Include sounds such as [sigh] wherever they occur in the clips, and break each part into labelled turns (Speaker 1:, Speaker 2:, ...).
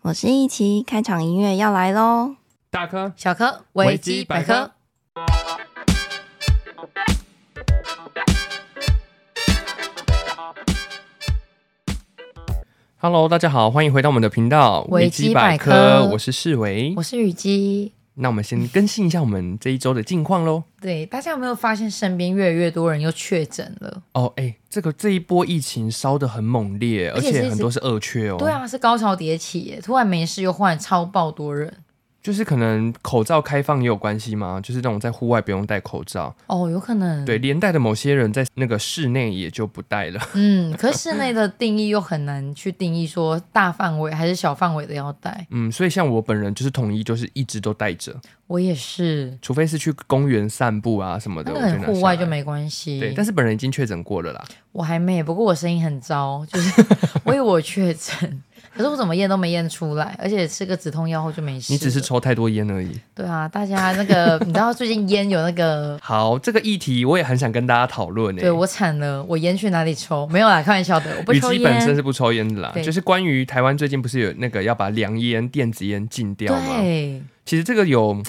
Speaker 1: 我是一奇，开场音乐要来喽！
Speaker 2: 大科
Speaker 3: 小柯
Speaker 2: 维基百科，，Hello，大家好，欢迎回到我们的频道
Speaker 3: 维基百科
Speaker 2: 我是世维
Speaker 3: 我。是雨姬。
Speaker 2: 那我们先更新一下我们这一周的近况喽。
Speaker 3: 对，大家有没有发现身边越来越多人又确诊了？
Speaker 2: 哦，哎，这个这一波疫情烧得很猛烈，而
Speaker 3: 而且是
Speaker 2: 且很多是二缺哦。
Speaker 3: 对，啊，是高潮迭起耶，突然没事又换超爆多人。
Speaker 2: 就是可能口罩开放也有关系嘛，就是那种在户外不用戴口罩，
Speaker 3: 哦，有可能。
Speaker 2: 对，，连带的某些人在那个室内也就不戴了。 [laughs]
Speaker 3: 嗯，可是室内的定义又很难去定义说大范围还是小范围的要戴。
Speaker 2: 嗯，所以像我本人就是统一，就是一直都戴着，
Speaker 3: 我也是，
Speaker 2: 除非是去公园散步啊什么的，
Speaker 3: 那
Speaker 2: 我
Speaker 3: 个
Speaker 2: 就
Speaker 3: 很
Speaker 2: 拿
Speaker 3: 户
Speaker 2: 下
Speaker 3: 外
Speaker 2: 来
Speaker 3: 就没关系。
Speaker 2: 对，但是本人已经确诊过了啦。
Speaker 3: 我还没，不过我声音很糟，就是
Speaker 2: [laughs]
Speaker 3: 我以为我确诊，可是我怎么验都没验出来，而且吃个止痛药后就没事了。
Speaker 2: 你只是抽太多烟而已。
Speaker 3: 对啊，大家那个 [laughs] 你知道最近烟有那个，
Speaker 2: 好，这个议题我也很想跟大家讨论诶、
Speaker 3: 对我惨了，我烟去哪里抽？没有啦，开玩笑的，我不
Speaker 2: 雨
Speaker 3: 抽
Speaker 2: 姬本身
Speaker 3: 烟。
Speaker 2: 是不抽烟的啦，
Speaker 3: 对
Speaker 2: 就是关于台湾最近不是有那个要把凉烟、电子烟禁掉吗？
Speaker 3: 对，
Speaker 2: 其实这个有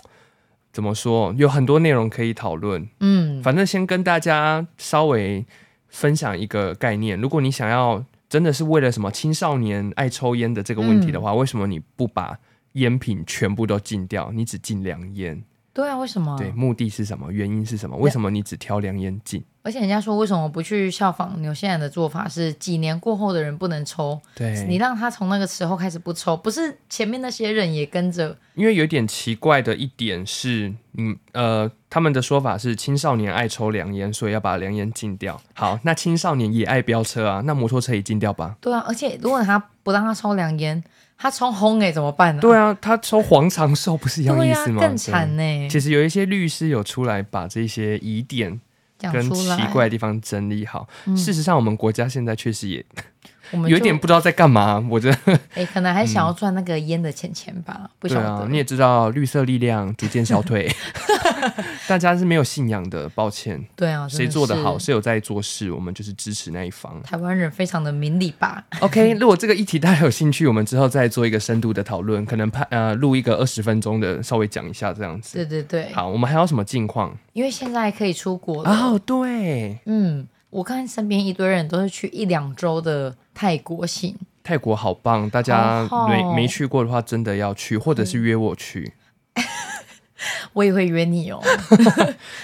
Speaker 2: 怎么说，有很多内容可以讨论。
Speaker 3: 嗯，
Speaker 2: 反正先跟大家稍微分享一个概念，如果你想要真的是为了什么青少年爱抽烟的这个问题的
Speaker 3: 嗯
Speaker 2: 话，为什么你不把烟品全部都禁掉，你只禁凉烟？
Speaker 3: 对啊，为什么？
Speaker 2: 对，目的是什么？原因是什么？为什么你只挑凉烟禁？
Speaker 3: 而且人家说为什么不去效仿纽西兰的做法是几年过后的人不能抽，你
Speaker 2: 对，
Speaker 3: 让他从那个时候开始不抽，不是前面那些人也跟着？
Speaker 2: 因为有点奇怪的一点是，嗯呃，他们的说法是青少年爱抽凉烟，所以要把凉烟禁掉。好，那青少年也爱飙车啊，那摩托车也禁掉吧。
Speaker 3: 对啊，而且如果他不让他抽凉烟，他抽红哎、怎么办呢、
Speaker 2: 对啊，他抽黄长寿不是一样
Speaker 3: [laughs] 对
Speaker 2: 意
Speaker 3: 呀，
Speaker 2: 思吗？
Speaker 3: 更
Speaker 2: 对
Speaker 3: 惨呢、
Speaker 2: 其实有一些律师有出来把这些疑点
Speaker 3: 讲
Speaker 2: 跟
Speaker 3: 出来
Speaker 2: 奇怪的，地方整理好。
Speaker 3: 嗯
Speaker 2: 事实上，我们国家现在确实也
Speaker 3: 我们
Speaker 2: 有一
Speaker 3: 就
Speaker 2: 点不知道在干嘛。我觉得，
Speaker 3: 哎、可能还想要赚那个烟的钱钱吧，不
Speaker 2: [laughs] 对
Speaker 3: 晓
Speaker 2: 啊
Speaker 3: 得。，
Speaker 2: 你也知道，绿色力量逐渐消退， [laughs] 大家是没有信仰的。抱歉，
Speaker 3: 对啊，真
Speaker 2: 谁做
Speaker 3: 的
Speaker 2: 的好，
Speaker 3: 是？
Speaker 2: 谁有在做事，我们就是支持那一方
Speaker 3: [laughs] 。台湾人非常的明理吧？
Speaker 2: OK，如果这个议题大家有兴趣，我们之后再做一个深度的讨论，可能拍呃录一个二十分钟的，稍微讲一下这样子。
Speaker 3: 对对对，
Speaker 2: 好，我们还有什么近况？
Speaker 3: 因为现在可以出国了。
Speaker 2: 哦，对，
Speaker 3: 嗯，我看身边一堆人都是去一两周的泰国行，
Speaker 2: 泰国好棒，大家
Speaker 3: 好好嗯
Speaker 2: 没没去过的话，真的要去，或者是约我去。
Speaker 3: 我也会约你
Speaker 2: [laughs]
Speaker 3: 哦。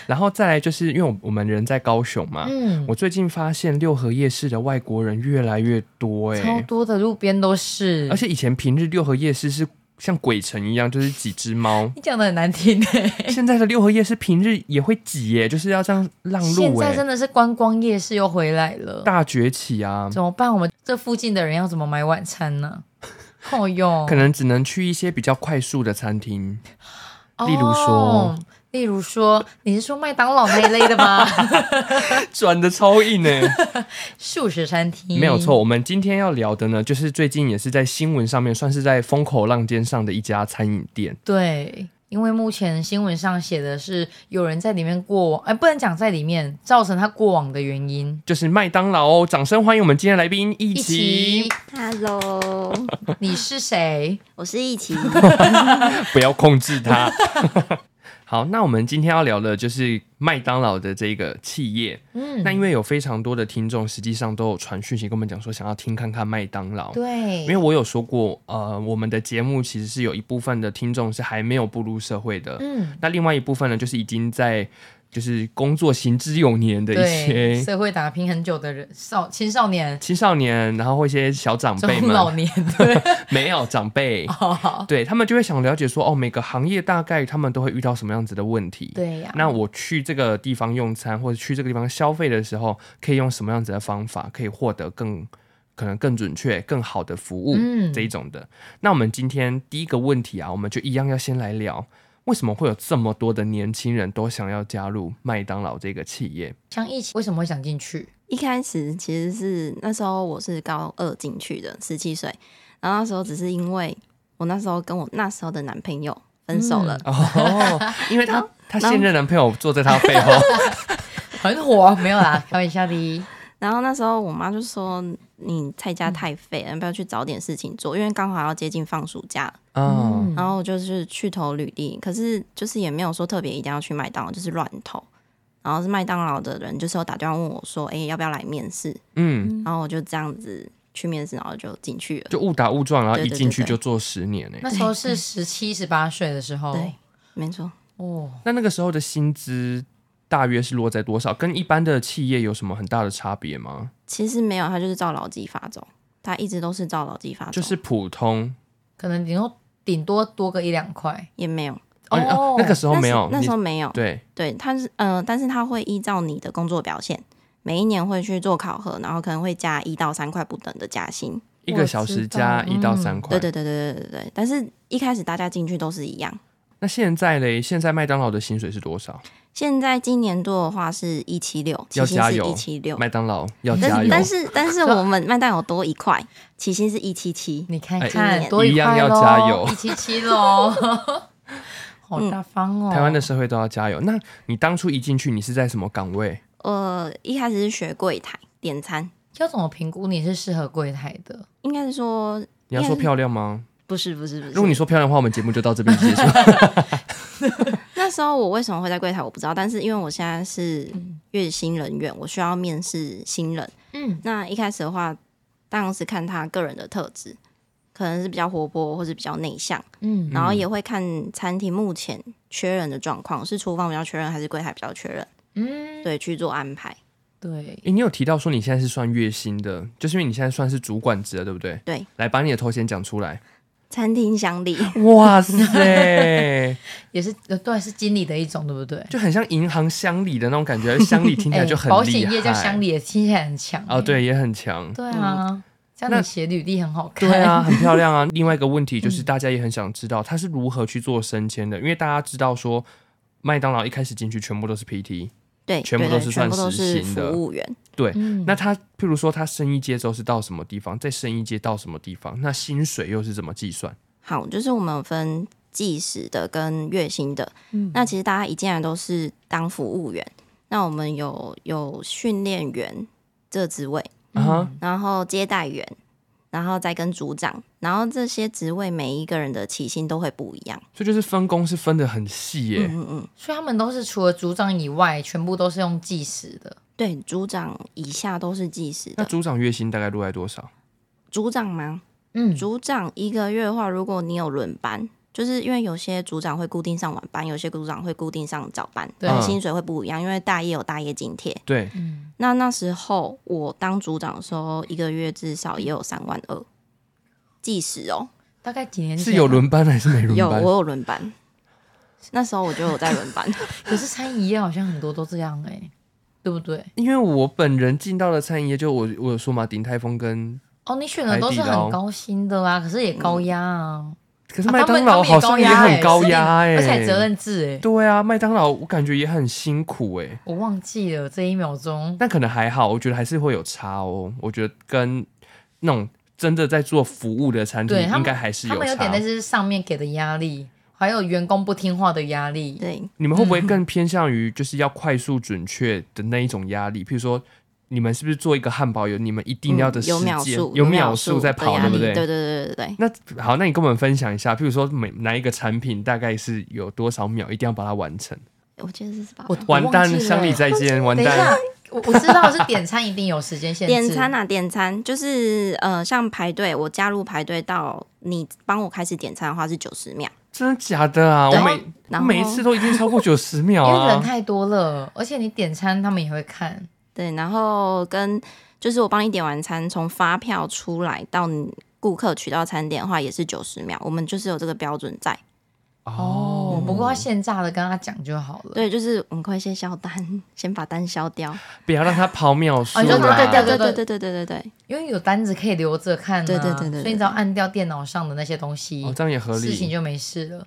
Speaker 2: 然后再来就是，因为我我们人在高雄嘛，
Speaker 3: 嗯，
Speaker 2: 我最近发现六合夜市的外国人越来越多哎、
Speaker 3: 超多的路边都是，。
Speaker 2: 而且以前平日六合夜市是像鬼城一样，就是几只猫
Speaker 3: [laughs] 你讲的很难听哎、
Speaker 2: 现在的六合夜市平日也会挤耶、就是要这样让
Speaker 3: 现
Speaker 2: 路
Speaker 3: 在
Speaker 2: 哎、
Speaker 3: 真的是观光夜市又回来了，
Speaker 2: 大崛起啊！
Speaker 3: 怎么办？我们这附近的人要怎么买晚
Speaker 2: [laughs]
Speaker 3: 餐呢？哦哟，
Speaker 2: 可能只能去一些比较快速的餐厅， [laughs] 例如说
Speaker 3: 哦例如说，你是说麦当劳那一类的吗？ [laughs]
Speaker 2: 转的超硬哎、
Speaker 3: 素食餐厅
Speaker 2: 没有错，，我们今天要聊的呢，就是最近也是在新闻上面，算是在风口浪尖上的一家餐饮店。
Speaker 3: 对。因为目前新闻上写的是有人在里面过往，哎，不能讲在里面造成他过往的原
Speaker 2: [laughs]
Speaker 3: 因。
Speaker 2: 就是麦当劳哦，掌声欢迎我们今天的来宾一
Speaker 3: 一
Speaker 2: 起，
Speaker 3: 起，
Speaker 1: [laughs] Hello，
Speaker 3: 你是谁？
Speaker 1: 我是一奇。
Speaker 2: [laughs] 不要控制他。 [laughs] 好，那我们今天要聊的就是麦当劳的这个企业。
Speaker 3: 嗯
Speaker 2: 那因为有非常多的听众，实际上都有传讯息跟我们讲说，想要听看看麦当劳。
Speaker 3: 对，
Speaker 2: 因为我有说过，呃，我们的节目其实是有一部分的听众是还没有步入社会的，
Speaker 3: 嗯，
Speaker 2: 那另外一部分呢，就是已经在就是工作行之有年的一
Speaker 3: 对，
Speaker 2: 些
Speaker 3: 社会打拼很久的人，少青少年、
Speaker 2: 青少年，然后或一些小长
Speaker 3: 中
Speaker 2: 辈
Speaker 3: 老
Speaker 2: 们， [laughs]
Speaker 3: 年，对，
Speaker 2: 没有长辈，
Speaker 3: 哦
Speaker 2: 对他们就会想了解说，哦，每个行业大概他们都会遇到什么样子的问题。
Speaker 3: 对呀，
Speaker 2: 那我去这个地方用餐或者去这个地方消费的时候，可以用什么样子的方法可以获得更可能更准确、更好的服务、
Speaker 3: 嗯
Speaker 2: 这一种的？那我们今天第一个问题啊，我们就一样要先来聊，为什么会有这么多的年轻人都想要加入麦当劳这个企业？
Speaker 3: 像一起为什么会想进去？
Speaker 1: [laughs] 一开始其实是那时候我是高二进去的，十七岁，然后那时候只是因为我那时候跟我那时候的男朋友分手了，
Speaker 2: 哦，因
Speaker 1: [laughs]
Speaker 2: 为她她
Speaker 1: 然后
Speaker 2: 现任男朋友坐在她背
Speaker 1: [laughs]
Speaker 2: 后， [laughs]
Speaker 3: 很火，没有啦，开玩笑的。
Speaker 1: 然后那时候我妈就说你在家太废了，要不要去找点事情做？因为刚好要接近放暑假了，
Speaker 2: 嗯，
Speaker 1: 然后我就是去投履历，可是就是也没有说特别一定要去麦当劳，就是乱投。然后是麦当劳的人，就是有打电话问我说：“哎、要不要来面试
Speaker 2: 嗯，？”
Speaker 1: 然后我就这样子去面试，然后就进去了。
Speaker 2: 就误打误撞，然后
Speaker 1: 对
Speaker 2: 一
Speaker 1: 对
Speaker 2: 进
Speaker 1: 对
Speaker 2: 去
Speaker 1: 对
Speaker 2: 就做十年哎、
Speaker 3: 那时候是十七、十八岁的时候，
Speaker 1: 对，没错。
Speaker 3: 哦，
Speaker 2: 那那个时候的薪资大约是落在多少？跟一般的企业有什么很大的差别吗？
Speaker 1: 其实没有，他就是照劳基法走，他一直都是照劳基法走，
Speaker 2: 就是普通
Speaker 3: 可能顶多顶多多个一两块
Speaker 1: 也没有。
Speaker 2: 哦、啊
Speaker 3: 哦
Speaker 2: 那个时候没有，
Speaker 1: 那时那时候
Speaker 2: 你
Speaker 1: 没有。
Speaker 2: 对，
Speaker 1: 对，他是呃，但是他会依照你的工作表现，每一年会去做考核，然后可能会加一到三块不等的加薪。
Speaker 2: 一个小时加
Speaker 3: 我知道
Speaker 2: 一到三块。
Speaker 1: 嗯对对对对对对对。但是一开始大家进去都是一样。
Speaker 2: 那现在嘞，现在麦当劳的薪水是多少？
Speaker 1: 现在今年度的话是一七六，
Speaker 2: 要
Speaker 1: 起薪
Speaker 2: 加
Speaker 1: 是
Speaker 2: 油
Speaker 1: 一七六，
Speaker 2: 麦当劳要
Speaker 1: 但
Speaker 2: 加
Speaker 1: 是
Speaker 2: 油，
Speaker 1: 但是但是我们麦 [laughs] 当有多一块，起薪是一七七。
Speaker 3: 你看
Speaker 1: 哎
Speaker 3: 看、多
Speaker 2: 一样
Speaker 3: 块
Speaker 2: 要
Speaker 3: 咯
Speaker 2: 加油
Speaker 3: [laughs]
Speaker 2: 嗯
Speaker 3: 一七七
Speaker 2: [laughs]
Speaker 3: 喽，好大方哦。
Speaker 2: 台湾的社会都要加油。那你当初一进去，你是在什么岗位？
Speaker 1: 呃，一开始是学柜台点餐，
Speaker 3: 要怎么评估你是适合柜台的？
Speaker 1: 应该是说
Speaker 2: 你要说漂亮吗？
Speaker 1: 不是不是不是。
Speaker 2: 如果你说漂亮的话，我们节目就到这边结束。 [laughs]
Speaker 1: 那时候我为什么会在柜台我不知道，但是因为我现在是月薪人员，我需要面试新人。
Speaker 3: 嗯，
Speaker 1: 那一开始的话，当然是看他个人的特质，可能是比较活泼或是比较内向，
Speaker 3: 嗯，
Speaker 1: 然后也会看餐厅目前缺人的状况，是厨房比较缺人还是柜台比较缺人，
Speaker 3: 嗯，
Speaker 1: 对，去做安排。
Speaker 3: 对，
Speaker 2: 诶，你有提到说你现在是算月薪的，就是因为你现在算是主管职了，对不对？
Speaker 1: 对，
Speaker 2: 来把你的头衔讲出来。
Speaker 1: 餐厅乡里，
Speaker 2: 哇 [laughs] 塞，
Speaker 3: 也是呃对，是经理的一种，对不对？哎
Speaker 2: 就很像银行乡里的那种感
Speaker 3: [laughs]
Speaker 2: 觉，乡里听起来就很厉害。
Speaker 3: 保险业叫乡里，也听起来很强
Speaker 2: 哦，，对，也很强。
Speaker 3: 对啊，这
Speaker 2: 那
Speaker 3: 样你写履历很好看。
Speaker 2: 对啊，很漂亮啊。另外一个问题
Speaker 3: 嗯
Speaker 2: 就是，大家也很想知道他是如何去做升迁的，因为大家知道说麦当劳一开始进去全部都是 PT，
Speaker 1: 对，
Speaker 2: 全部
Speaker 1: 对
Speaker 2: 都
Speaker 1: 对
Speaker 2: 是
Speaker 1: 全
Speaker 2: 算
Speaker 1: 部都
Speaker 2: 实
Speaker 1: 是
Speaker 2: 薪
Speaker 1: 服
Speaker 2: 的
Speaker 1: 务员。
Speaker 2: 对，
Speaker 3: 嗯，
Speaker 2: 那他譬如说他升一阶之后是到什么地方，再升一阶到什么地方，那薪水又是怎么计算？
Speaker 1: 好，就是我们有分计时的跟月薪的。那其实大家一进来都是当服务员，那我们有有训练员这职位，
Speaker 3: 嗯
Speaker 2: 啊哈，
Speaker 1: 然后接待员，然后再跟组长，然后这些职位每一个人的起薪都会不一样。
Speaker 2: 所以就是分工是分得很细
Speaker 1: 嗯
Speaker 2: 耶、
Speaker 1: 嗯嗯，
Speaker 3: 所以他们都是除了组长以外，全部都是用计时的。
Speaker 1: 对，组长以下都是计时
Speaker 2: 那
Speaker 1: 的。
Speaker 2: 组长月薪大概落在多少？
Speaker 1: 组长吗？
Speaker 3: 嗯，
Speaker 1: 组长一个月的话，如果你有轮班。就是因为有些组长会固定上晚班，有些组长会固定上早班，
Speaker 3: 对
Speaker 2: 嗯
Speaker 1: 但薪水会不一样，因为大夜有大夜津贴。
Speaker 2: 对，
Speaker 3: 嗯
Speaker 1: 那那时候我当组长的时候，一个月至少也有三万二，计时哦，
Speaker 3: 大概几年前啊
Speaker 2: 是有轮班还是没轮
Speaker 1: 有
Speaker 2: 班？
Speaker 1: 我有轮班，那时候我就有在
Speaker 2: [laughs]
Speaker 1: 轮班，
Speaker 3: 可是餐饮业好像很多都这样哎、对不对？
Speaker 2: 因为我本人进到了餐饮业，就我我有说嘛，鼎泰丰跟
Speaker 3: 哦，你选的都是
Speaker 2: 海底捞
Speaker 3: 很高薪的啦，可是也高压啊。
Speaker 2: 可是
Speaker 3: 啊
Speaker 2: 麦
Speaker 3: 他
Speaker 2: 当
Speaker 3: 们
Speaker 2: 劳好
Speaker 3: 他
Speaker 2: 像
Speaker 3: 们也压
Speaker 2: 很高
Speaker 3: 欸
Speaker 2: 压哎、
Speaker 3: 而且还责任制哎、
Speaker 2: 对啊，麦当劳我感觉也很辛苦哎、
Speaker 3: 我忘记了这一秒钟。
Speaker 2: 但可能还好，我觉得还是会有差哦。我觉得跟那种真的在做服务的餐厅
Speaker 3: 对他们
Speaker 2: 应该还是
Speaker 3: 他们有
Speaker 2: 差
Speaker 3: 点类。似上面给的压力，还有员工不听话的压力。
Speaker 1: 对，
Speaker 2: [laughs] 你们会不会更偏向于就是要快速准确的那一种压力？譬如说，你们是不是做一个汉堡有你们一定要的
Speaker 1: 嗯
Speaker 2: 时间、
Speaker 1: 有秒数，
Speaker 2: 有
Speaker 1: 秒
Speaker 2: 数在跑，
Speaker 1: 的压
Speaker 2: 不
Speaker 1: 力
Speaker 2: 对？
Speaker 1: 对对对对对。
Speaker 2: 那好，那你跟我们分享一下，譬如说每哪一个产品大概是有多少秒，一定要把它完成？
Speaker 1: 我记得是吧？
Speaker 3: 我我
Speaker 2: 完
Speaker 3: 忘记
Speaker 2: 蛋，
Speaker 3: 了欸
Speaker 2: 乡里再见，完
Speaker 3: 等一
Speaker 2: 蛋
Speaker 3: 下，，我我知道是点餐一定有时间限制。
Speaker 1: 点餐啊，点餐就是呃，像排队，我加入排队到你帮我开始点餐的话是九十秒，
Speaker 2: 真的假的啊？我
Speaker 1: 对
Speaker 2: 每
Speaker 1: 然
Speaker 2: 我
Speaker 1: 后
Speaker 2: 每一次都一定超过九十秒
Speaker 3: 因为人
Speaker 2: 啊！
Speaker 3: 太多了，而且你点餐他们也会看。
Speaker 1: 对，然后跟就是我帮你点完餐，从发票出来到你顾客取到餐点的话也是九十秒，我们就是有这个标准在。
Speaker 3: 哦，不过他现榨的跟他讲就好了。
Speaker 1: 对，就是我们快先消单，先把单消掉。
Speaker 2: 不要让它跑秒数啊
Speaker 3: 哦
Speaker 2: 啦。
Speaker 3: 你说啊对对
Speaker 1: 对对对对对对对，
Speaker 3: 因为有单子可以留着看、啊，
Speaker 1: 对对对对对
Speaker 3: 所以你只要按掉电脑上的那些东西，
Speaker 2: 哦，这样也合
Speaker 3: 事情
Speaker 2: 理，
Speaker 3: 就没事了。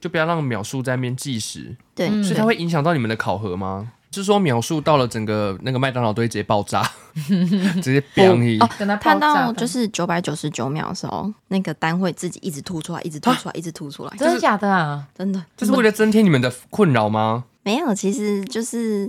Speaker 2: 就不要让秒数在那边计时，
Speaker 1: 对
Speaker 3: 嗯
Speaker 2: 所以它会影响到你们的考核吗？是说秒数到了，整个那个麦当劳都会直接爆
Speaker 3: [laughs]
Speaker 2: 炸，直接飙你
Speaker 3: 跟他
Speaker 1: 看
Speaker 3: 爆炸
Speaker 1: 到就是九百九十九秒的时候，那个单会自己一直吐出来，一直吐出来，一直吐出来，
Speaker 3: 真的假的啊？
Speaker 1: 真的
Speaker 2: 这是为了增添你们的困扰吗？
Speaker 3: 嗯
Speaker 1: 没有。其实就是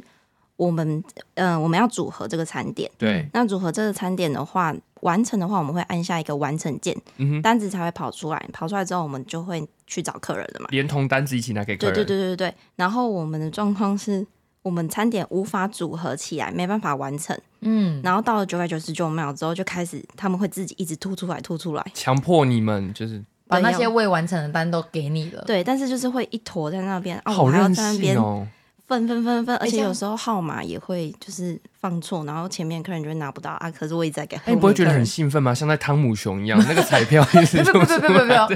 Speaker 1: 我们，呃，我们要组合这个餐点。
Speaker 2: 对，
Speaker 1: 那组合这个餐点的话，完成的话，我们会按下一个完成键，
Speaker 2: 嗯哼，
Speaker 1: 单子才会跑出来。跑出来之后，我们就会去找客人了嘛。
Speaker 2: 连同单子一起拿给客
Speaker 1: 对
Speaker 2: 人，
Speaker 1: 对对对对。然后我们的状况是我们餐点无法组合起来，没办法完成。
Speaker 3: 嗯，
Speaker 1: 然后到了九百九十九秒之后，就开始他们会自己一直吐出来，吐出来。
Speaker 2: 强迫你们就是
Speaker 3: 把那
Speaker 1: 对
Speaker 3: 些未完成的单都给你了。
Speaker 1: 对，但是就是会一坨在那边啊，
Speaker 2: 好
Speaker 1: 我还要
Speaker 2: 任
Speaker 1: 在那边
Speaker 2: 性哦。哎
Speaker 1: 分分分分，而
Speaker 3: 这
Speaker 1: 且
Speaker 3: 样
Speaker 1: 有时候号码也会就是放错，然后前面客人就会拿不到啊。可是我一直在给后
Speaker 2: 哎，
Speaker 1: 面
Speaker 2: 你不会觉得
Speaker 1: 客
Speaker 2: 很
Speaker 1: 人
Speaker 2: 兴奋吗？像在汤姆熊一样，那个
Speaker 1: [laughs]
Speaker 2: 彩票一直
Speaker 3: 不不不 [laughs] 不不不，
Speaker 1: 没有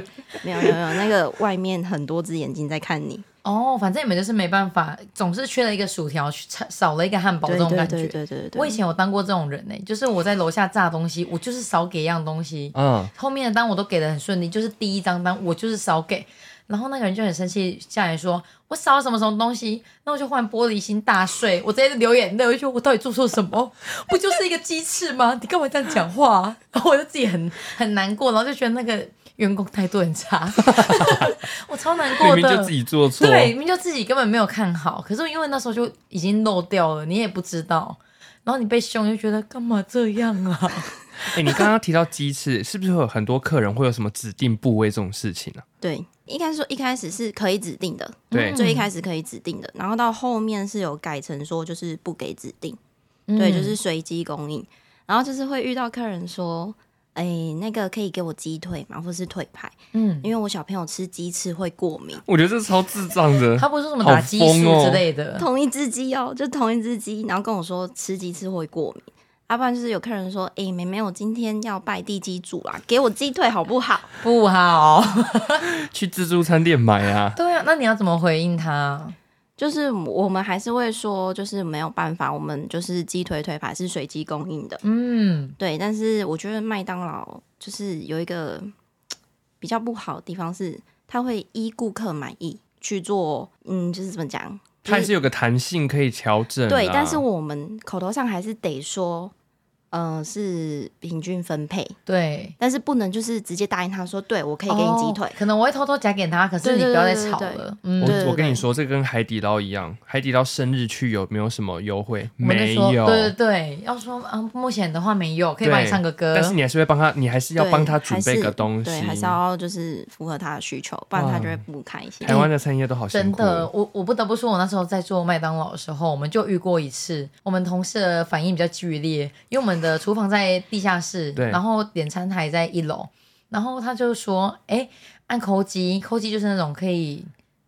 Speaker 1: 没有没有，那个外面很多只眼睛在看你，
Speaker 3: 哦，反正你们就是没办法，总是缺了一个薯条，缺少了一个汉堡这
Speaker 1: 对
Speaker 3: 种
Speaker 1: 对
Speaker 3: 感
Speaker 1: 对
Speaker 3: 觉。
Speaker 1: 对对对。
Speaker 3: 我以前有当过这种人呢、欸就是我在楼下炸东西，我就是少给一样东西，
Speaker 2: 嗯，
Speaker 3: 后面的单我都给的很顺利，就是第一张单我就是少给，然后那个人就很生气下来说，我少了什么什么东西，那我就换玻璃心大睡，我直接流眼泪，我就觉得我到底做错什么？ [laughs] 不就是一个鸡翅吗？你干嘛这样讲话、啊？然后我就自己很很难过，然后就觉得那个员工态度很差， [laughs] 我超难过
Speaker 2: 明
Speaker 3: 的。
Speaker 2: 明就自己做错，
Speaker 3: 对，明明就自己根本没有看好，可是因为那时候就已经漏掉了，你也不知道，然后你被凶就觉得干嘛这样啊？
Speaker 2: 哎、你刚刚提到鸡翅，是不是会有很多客人会有什么指定部位这种事情啊？
Speaker 1: 对，应该说一开始是可以指定的，嗯
Speaker 2: 对，
Speaker 1: 最一开始可以指定的，然后到后面是有改成说就是不给指定，
Speaker 3: 嗯
Speaker 1: 对，就是随机供应。然后就是会遇到客人说，哎、那个可以给我鸡腿吗？或是腿排？
Speaker 3: 嗯，
Speaker 1: 因为我小朋友吃鸡翅会过敏。
Speaker 2: 我觉得这超智障的。
Speaker 3: [laughs] 他不是说什么
Speaker 2: 好
Speaker 3: 打激
Speaker 2: 疯
Speaker 3: 素
Speaker 2: 哦
Speaker 3: 之类的，
Speaker 1: 同一只鸡哦，就同一只鸡，然后跟我说吃鸡翅会过敏。要、不然就是有客人说，哎、妹妹，我今天要拜地基主啦，给我鸡腿好不好？
Speaker 3: 不好。
Speaker 2: [laughs] 去自助餐店买啊，
Speaker 3: 对啊，那你要怎么回应他？
Speaker 1: 就是我们还是会说，就是没有办法，我们就是鸡腿腿排是随机供应的，
Speaker 3: 嗯，
Speaker 1: 对。但是我觉得麦当劳就是有一个嘖比较不好的地方是，它会依顾客满意去做，嗯，就是怎么讲？
Speaker 2: 它还是有个弹性可以调整、啊。
Speaker 1: 对，但是我们口头上还是得说，嗯、是平均分配，
Speaker 3: 对。
Speaker 1: 但是不能就是直接答应他说，对我可以给你鸡腿。
Speaker 3: 哦可能我会偷偷夹给他，可是
Speaker 1: 对
Speaker 3: 你
Speaker 1: 对对
Speaker 3: 不要再吵
Speaker 1: 对对
Speaker 3: 了。嗯，
Speaker 1: 对
Speaker 2: 我我跟你说，这跟海底捞一样，海底捞生日去有没有什么优惠？
Speaker 3: 嗯我们就
Speaker 2: 没
Speaker 3: 说，
Speaker 2: 有。
Speaker 3: 对对对，要说啊，目前的话没有，可以帮你
Speaker 2: 对
Speaker 3: 唱个歌。
Speaker 2: 但是你还是会帮他，你还是要
Speaker 1: 对
Speaker 2: 帮他准
Speaker 1: 还
Speaker 2: 备
Speaker 1: 是
Speaker 2: 个东西。
Speaker 1: 对，还是要就是符合他的需求，不然他
Speaker 2: 哇
Speaker 1: 就会不开心。
Speaker 2: 台湾的餐业都好辛
Speaker 3: 真
Speaker 2: 苦。哦
Speaker 3: 的，我我不得不说，我那时候在做麦当劳的时候，我们就遇过一次，我们同事的反应比较剧烈，因为我们的厨房在地下室，
Speaker 2: 对
Speaker 3: 然后点餐台在一楼，然后他就说，哎、按扣机，扣机就是那种可以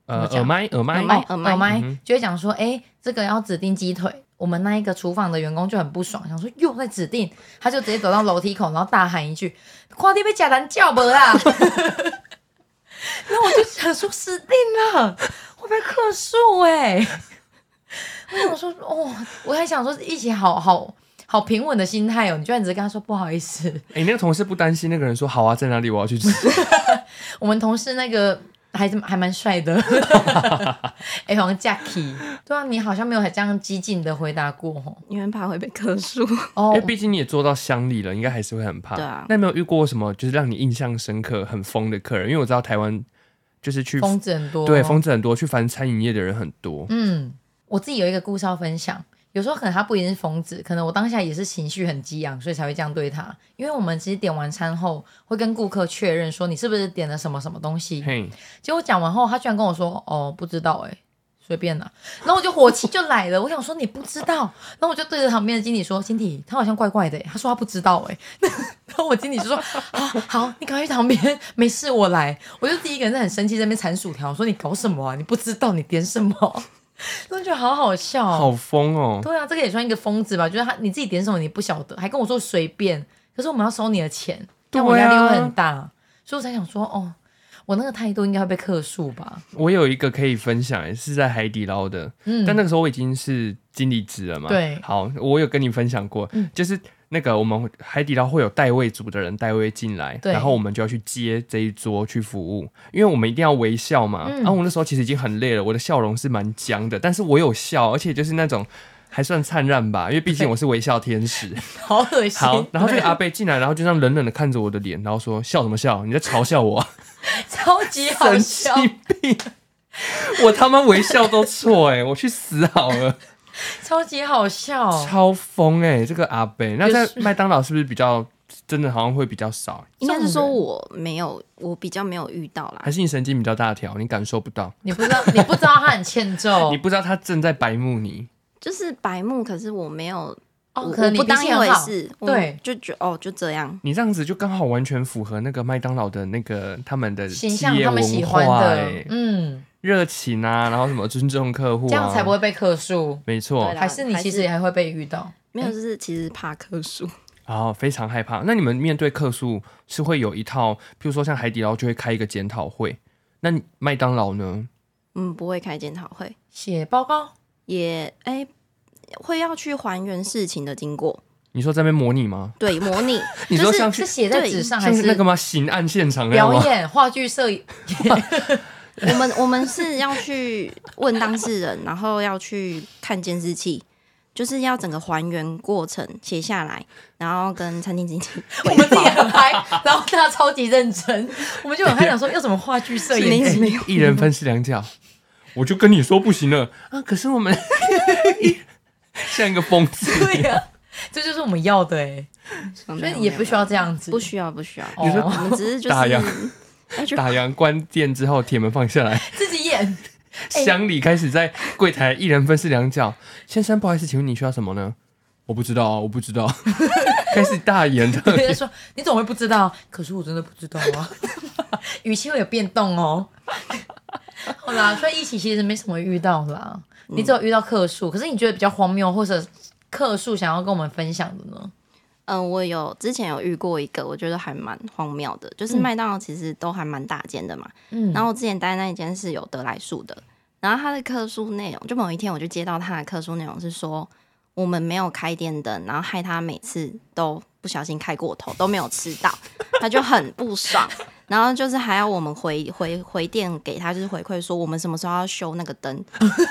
Speaker 2: 呃，
Speaker 3: 怎
Speaker 2: 耳
Speaker 3: 么
Speaker 2: 麦耳麦
Speaker 1: 耳麦
Speaker 3: 耳
Speaker 1: 麦
Speaker 2: 嗯哼
Speaker 3: 就会讲说，哎、哦这个要指定鸡腿。我们那一个厨房的员工就很不爽，想说又在指定，他就直接走到楼梯口，然后大喊一句：“快点被假男叫不啦！” [laughs] 然后我就想说死定了，会被克数哎、我想说哦，我还想说一起好好好平稳的心态哦，你居然只是跟他说不好意思，
Speaker 2: 哎、那个同事不担心那个人说好啊，在哪里我要去
Speaker 3: [laughs]
Speaker 2: 吃。
Speaker 3: 哦我们同事那个还是还蛮帅
Speaker 2: [laughs]
Speaker 3: 的，哎、好像 Jacky，对啊，你好像没有这样激进的回答过哦。
Speaker 1: 因为怕会被克数。
Speaker 3: 哦
Speaker 2: 因为毕竟你也做到乡里了，应该还是会很怕。
Speaker 1: 对啊
Speaker 2: 那有没有遇过什么就是让你印象深刻、很疯的客人？因为我知道台湾就是去
Speaker 3: 疯子很多，
Speaker 2: 对疯子很多，去反餐饮业的人很多。
Speaker 3: 嗯，我自己有一个故事要分享。有时候可能他不一定是疯子，可能我当下也是情绪很激昂，所以才会这样对他。因为我们其实点完餐后会跟顾客确认说你是不是点了什么什么东西，
Speaker 2: 嘿，
Speaker 3: 结果讲完后，他居然跟我说：“哦，不知道、欸，哎，随便啦。”然后我就火气就来了，我想说你不知道，然后我就对着旁边的经理说：“经理，他好像怪怪的、欸。”他说他不知道、欸，哎， [laughs] 然后我经理就说：“啊，好，你赶快去旁边，没事，我来。”我就第一个人在很生气在那边缠薯条，我说：“你搞什么啊？你不知道你点什么？”然后觉得好好笑哦，
Speaker 2: 好疯哦！
Speaker 3: 对啊，这个也算一个疯子吧，就是他你自己点什么你不晓得，还跟我说随便，可是我们要收你的钱，那我
Speaker 2: 对
Speaker 3: 压
Speaker 2: 啊
Speaker 3: 力会很大，所以我才想说，哦，我那个态度应该会被克数吧？
Speaker 2: 我有一个可以分享，是在海底捞的，
Speaker 3: 嗯，
Speaker 2: 但那个时候我已经是经理职了嘛。
Speaker 3: 对嗯
Speaker 2: 好，我有跟你分享过，就是那个我们海底捞会有代位组的人代位进来，
Speaker 3: 对
Speaker 2: 然后我们就要去接这一桌去服务，因为我们一定要微笑嘛。
Speaker 3: 嗯
Speaker 2: 然后我那时候其实已经很累了，我的笑容是蛮僵的，但是我有笑，而且就是那种。还算灿烂吧，因为毕竟我是微笑天使。
Speaker 3: 好恶
Speaker 2: [laughs]
Speaker 3: 心。[laughs]
Speaker 2: 好，然后这
Speaker 3: 对
Speaker 2: 个阿贝进来，然后就这样冷冷的看着我的脸，然后说：“笑什么笑？你在嘲笑我啊？
Speaker 3: 超级 [laughs] 好
Speaker 2: [laughs] 神
Speaker 3: 笑
Speaker 2: 经，病！我他妈微笑都错哎、我去死好了。”
Speaker 3: 超级好笑。哦
Speaker 2: 欸超疯哎、这个阿北。那在麦当劳是不是比较真的好像会比较少，
Speaker 1: 应该是
Speaker 3: 这
Speaker 1: 说
Speaker 3: 种人
Speaker 1: 我没有，我比较没有遇到啦
Speaker 2: 还。是你神经比较大条，你感受不到，
Speaker 3: 你不知道，
Speaker 2: [laughs]
Speaker 3: 你不知道他很欠揍
Speaker 2: 你。不知道他正在白目你。
Speaker 1: 就是白目，可是我没有，
Speaker 3: 哦，
Speaker 1: 我
Speaker 3: 可能你
Speaker 1: 我不当
Speaker 3: 脾
Speaker 1: 一
Speaker 3: 气很
Speaker 1: 回
Speaker 3: 好
Speaker 1: 事，我
Speaker 3: 对，
Speaker 1: 就觉哦就这样。
Speaker 2: 你这样子就刚好完全符合那个麦当劳的那个他们的
Speaker 3: 形象
Speaker 2: 企业
Speaker 3: 他们喜欢
Speaker 2: 文化
Speaker 3: 的
Speaker 2: 欸，
Speaker 3: 嗯，
Speaker 2: 热情啊，然后什么尊重客户、啊，
Speaker 3: 这样才不会被克数。
Speaker 2: 没错
Speaker 1: 对。啦
Speaker 3: 还是你其实也还会被遇到，
Speaker 1: 没有，就是其实怕棵树，
Speaker 2: 然后非常害怕。那你们面对客诉是会有一套，譬如说像海底捞就会开一个检讨会，那你麦当劳呢？
Speaker 1: [laughs] 嗯，不会开检讨会，
Speaker 3: 写报告
Speaker 1: 也哎、会要去还原事情的经过，
Speaker 2: 你说在那边模拟吗？
Speaker 1: 对，模拟。
Speaker 2: 你
Speaker 1: 就
Speaker 2: 说
Speaker 1: 是
Speaker 2: 像
Speaker 3: 是写在
Speaker 1: 对
Speaker 3: 纸上还
Speaker 2: 像
Speaker 3: 是
Speaker 2: 那个吗？刑案现场那样
Speaker 3: 表
Speaker 2: 吗？
Speaker 3: 演、话剧、摄影？ [laughs]
Speaker 1: 我们我们是要去问当事人，然后要去看监视器，就是要整个还原过程写下来，然后跟餐厅经理
Speaker 3: [laughs] 我们自己很嗨，然后大家超级认真，我们就很
Speaker 2: [laughs]
Speaker 3: 嗨，想说要怎么话剧
Speaker 1: [laughs]
Speaker 3: 摄影？
Speaker 1: 没有，
Speaker 2: 一人分饰两角，我就跟你说不行了啊！可是我
Speaker 3: [laughs]
Speaker 2: 们像一个疯子，
Speaker 3: 对呀、 [laughs] 这就是我们要的哎、所
Speaker 1: 所
Speaker 3: 以也不需要这样子，
Speaker 1: 不需要不需要，哦
Speaker 3: 你说
Speaker 1: 我们只是就
Speaker 2: 打烊
Speaker 1: 是要去
Speaker 2: 打烊关店之后，铁门放下
Speaker 3: [laughs]
Speaker 2: 来，
Speaker 3: 自己演。哎
Speaker 2: 乡里开始在柜台一人分饰两角。先生，不好意思，请问你需要什么呢？我不知道啊，我不知道。 [laughs] 开始大言
Speaker 3: [laughs]
Speaker 2: 特
Speaker 3: 别
Speaker 2: 语
Speaker 3: 人说你怎么会不知道？可是我真的不知道啊，语气会有变动哦。好啦，所以一起其实没什么遇到啦，你只有遇到客数。可是你觉得比较荒谬或者客数想要跟我们分享的呢？
Speaker 1: 嗯，我有之前有遇过一个，我觉得还蛮荒谬的，就是
Speaker 3: 嗯
Speaker 1: 麦当劳其实都还蛮大间的嘛。
Speaker 3: 嗯，
Speaker 1: 然后我之前待那一间是有得来速的，然后他的客诉内容，就某一天我就接到他的客诉内容是说，我们没有开电灯，然后害他每次都不小心开过头，都没有吃到， [laughs] 他就很不爽。然后就是还要我们回回回电给他，就是回馈说我们什么时候要修那个灯。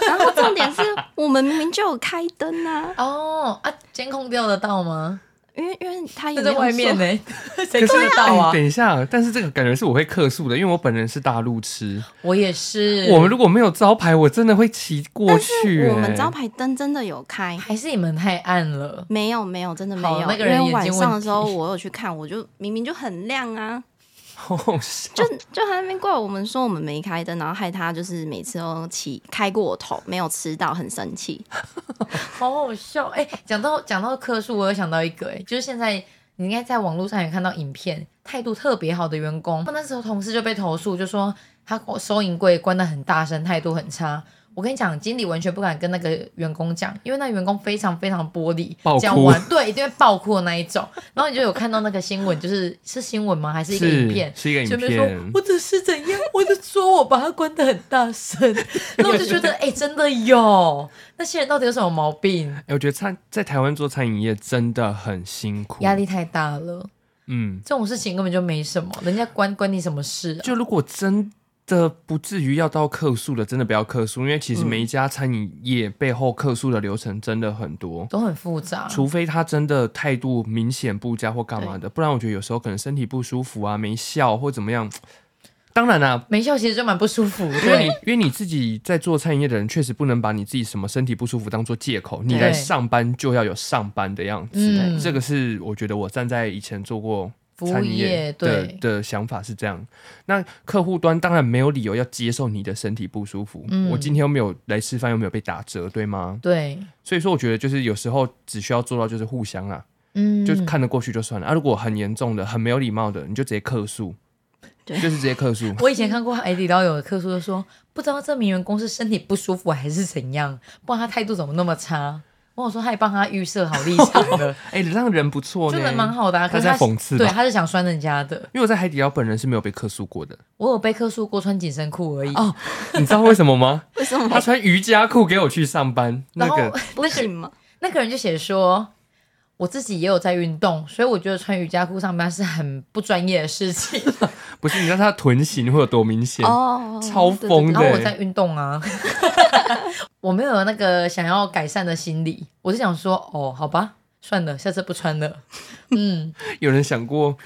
Speaker 1: 然后重点是我们明明就有开灯啊，
Speaker 3: 哦啊，监控调得到吗？
Speaker 1: 因为因为他也
Speaker 3: 就
Speaker 1: 没
Speaker 3: 在
Speaker 1: 有
Speaker 3: 外面
Speaker 1: 说
Speaker 3: 呢、 [laughs] 谁看得到啊
Speaker 2: 哎？等一下，但是这个感觉是我会客诉的，因为我本人是大路痴。
Speaker 3: 我也是。
Speaker 2: 我们如果没有招牌，我真的会骑过去、
Speaker 1: 我们
Speaker 2: 哎
Speaker 1: 招牌灯真的有开，
Speaker 3: 还是你们太暗了。
Speaker 1: 没有没有，真的没
Speaker 3: 好
Speaker 1: 有。
Speaker 3: 那个人
Speaker 1: 因为
Speaker 3: 眼
Speaker 1: 晚
Speaker 3: 睛
Speaker 1: 上
Speaker 3: 问
Speaker 1: 的时候
Speaker 3: 题哦
Speaker 1: 我有去看，我就明明就很亮啊，
Speaker 2: 好好笑。
Speaker 1: 就就还在那边怪我们说我们没开灯，然后害他就是每次都起开过头，没有吃到，很生
Speaker 3: [laughs]
Speaker 1: 气。
Speaker 3: 好好笑哎！讲、到讲到科数，我有想到一个哎、就是现在你应该在网络上也看到影片，态度特别好的员工，那时候同事就被投诉，就说他收银柜关的很大声，态度很差。我跟你讲，经理完全不敢跟那个员工讲，因为那员工非常非常玻璃
Speaker 2: 爆，哭
Speaker 3: 讲完对一定会爆哭的那一种。然后你就有看到那个新闻，就是是新闻吗？还是一个影片？
Speaker 2: 哦是一个
Speaker 3: 前
Speaker 2: 影
Speaker 3: 面说
Speaker 2: 片，
Speaker 3: 我只是怎样，我就说我把它关得很大
Speaker 2: [laughs]
Speaker 3: 声，那我就觉得哎、真的有那些人到底有什么毛病？
Speaker 2: 哎、我觉得餐在台湾做餐饮业真的很辛苦，
Speaker 3: 压力太大了，
Speaker 2: 嗯，
Speaker 3: 这种事情根本就没什么，人家关关你什么事、啊？
Speaker 2: 就如果真的不至于要到客诉的，真的不要客诉，因为其实
Speaker 1: 嗯
Speaker 2: 每一家餐饮业背后客诉的流程真的很多。
Speaker 3: 都很复杂，
Speaker 2: 除非他真的态度明显不佳或干嘛的，不然我觉得有时候可能身体不舒服啊、没笑或怎么样。当然啦、
Speaker 3: 没笑其实就蛮不舒服的。
Speaker 2: 因为你因为你自己在做餐饮业的人，确实不能把你自己什么身体不舒服当做借口。你来上班就要有上班的样子，
Speaker 3: 嗯
Speaker 2: 这个是我觉得我站在以前做过
Speaker 3: 服务
Speaker 2: 餐饮
Speaker 3: 业
Speaker 2: 的
Speaker 3: 对，
Speaker 2: 的想法是这样。那客户端当然没有理由要接受你的身体不舒服。
Speaker 3: 嗯
Speaker 2: 我今天又没有来吃饭，又没有被打折，对吗？
Speaker 3: 对，
Speaker 2: 所以说，我觉得就是有时候只需要做到就是互相啦，
Speaker 3: 嗯，
Speaker 2: 就是看得过去就算了。啊，如果很严重的、很没有礼貌的，你就直接客诉，
Speaker 1: 对
Speaker 2: 就是直接客
Speaker 3: [laughs]
Speaker 2: 诉。
Speaker 3: 我以前看过海底捞有的客诉就说，不知道这名员工是身体不舒服还是怎样，不然他态度怎么那么差。我想说他也帮他预设好立场
Speaker 2: [laughs]
Speaker 3: 了， [laughs]
Speaker 2: 哎、让人不错呢，
Speaker 3: 就人蛮好的、啊。可
Speaker 2: 他
Speaker 3: 是
Speaker 2: 在讽刺吧
Speaker 3: 对，他是想酸人家的。
Speaker 2: 因为我在海底捞本人是没有被客诉过的。
Speaker 3: 我有被客诉过穿紧身裤而已。
Speaker 2: 哦你知道为什么
Speaker 3: [laughs]
Speaker 2: 吗？
Speaker 1: 为什
Speaker 2: 他
Speaker 1: 么
Speaker 2: 穿瑜伽裤给我去上班，那
Speaker 3: 然后、
Speaker 2: 个
Speaker 1: 不行吗？
Speaker 3: 那个人就写说，我自己也有在运动，所以我觉得穿瑜伽裤上班是很不专业的事
Speaker 2: [laughs]
Speaker 3: 情。
Speaker 2: 不是你知道他的臀型会有多明显？
Speaker 1: 哦，
Speaker 2: 超
Speaker 1: 对对
Speaker 2: 疯
Speaker 1: 对
Speaker 3: 然后我
Speaker 2: 对
Speaker 3: 在运
Speaker 2: [laughs]
Speaker 3: 动啊，我没有那个想要改善的心理，我就想说，哦，好吧，算了，下次不穿了。嗯，
Speaker 2: 有人想过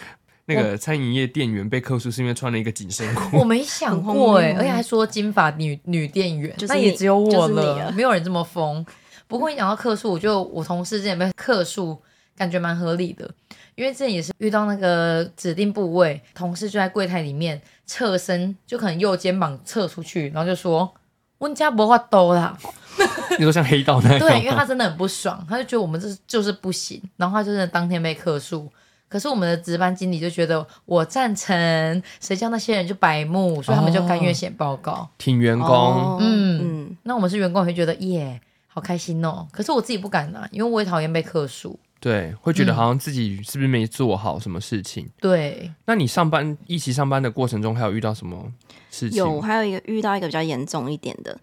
Speaker 2: 那个餐饮业店员被客诉是因为穿了一个紧身
Speaker 1: [laughs]
Speaker 2: 裤？
Speaker 3: 我没想过
Speaker 1: 很荒
Speaker 3: 哎、
Speaker 1: 谬
Speaker 3: 而且还说金发女女店员，
Speaker 1: 欸就是
Speaker 3: 那也
Speaker 1: 你啊
Speaker 3: 只有我
Speaker 1: 就是
Speaker 3: 了，
Speaker 1: 你了
Speaker 3: 没有人这么疯。不过你讲到客诉，我就我同事之前被客诉感觉蛮合理的。因为之前也是遇到那个指定部位，同事就在柜台里面侧身，就可能右肩膀侧出去，然后就说：“温家不话兜啦。”
Speaker 2: [laughs] 你说像黑道
Speaker 3: [laughs]
Speaker 2: 那样，
Speaker 3: 对，因为他真的很不爽，他就觉得我们这就是不行，然后他就真的当天被克诉。可是我们的值班经理就觉得我赞成，谁叫那些人就白目，所以他们就甘愿写报告。
Speaker 2: 挺员工、
Speaker 1: 哦
Speaker 3: 嗯
Speaker 1: 嗯，
Speaker 3: 那我们是员工，也会觉得耶，好开心哦。可是我自己不敢拿，因为我也讨厌被克数。
Speaker 2: 对，会觉得好像自己是不是没做好什么事情。
Speaker 3: 对，
Speaker 2: 那你上班一起上班的过程中，还有遇到什么事情？
Speaker 1: 有，还有一个遇到一个比较严重一点的，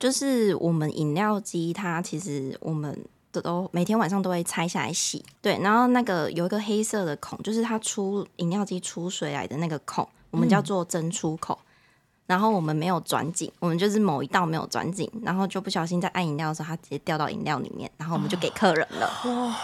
Speaker 1: 就是我们饮料机它其实我们都都每天晚上都会拆下来洗，对，然后那个有一个黑色的孔，就是它出饮料机出水来的那个孔，我们
Speaker 2: 嗯
Speaker 1: 叫做蒸出口。然后我们没有转紧，我们就是某一道没有转紧，然后就不小心在按饮料的时候，它直接掉到饮料里面，然后我们就给客人了。
Speaker 2: 啊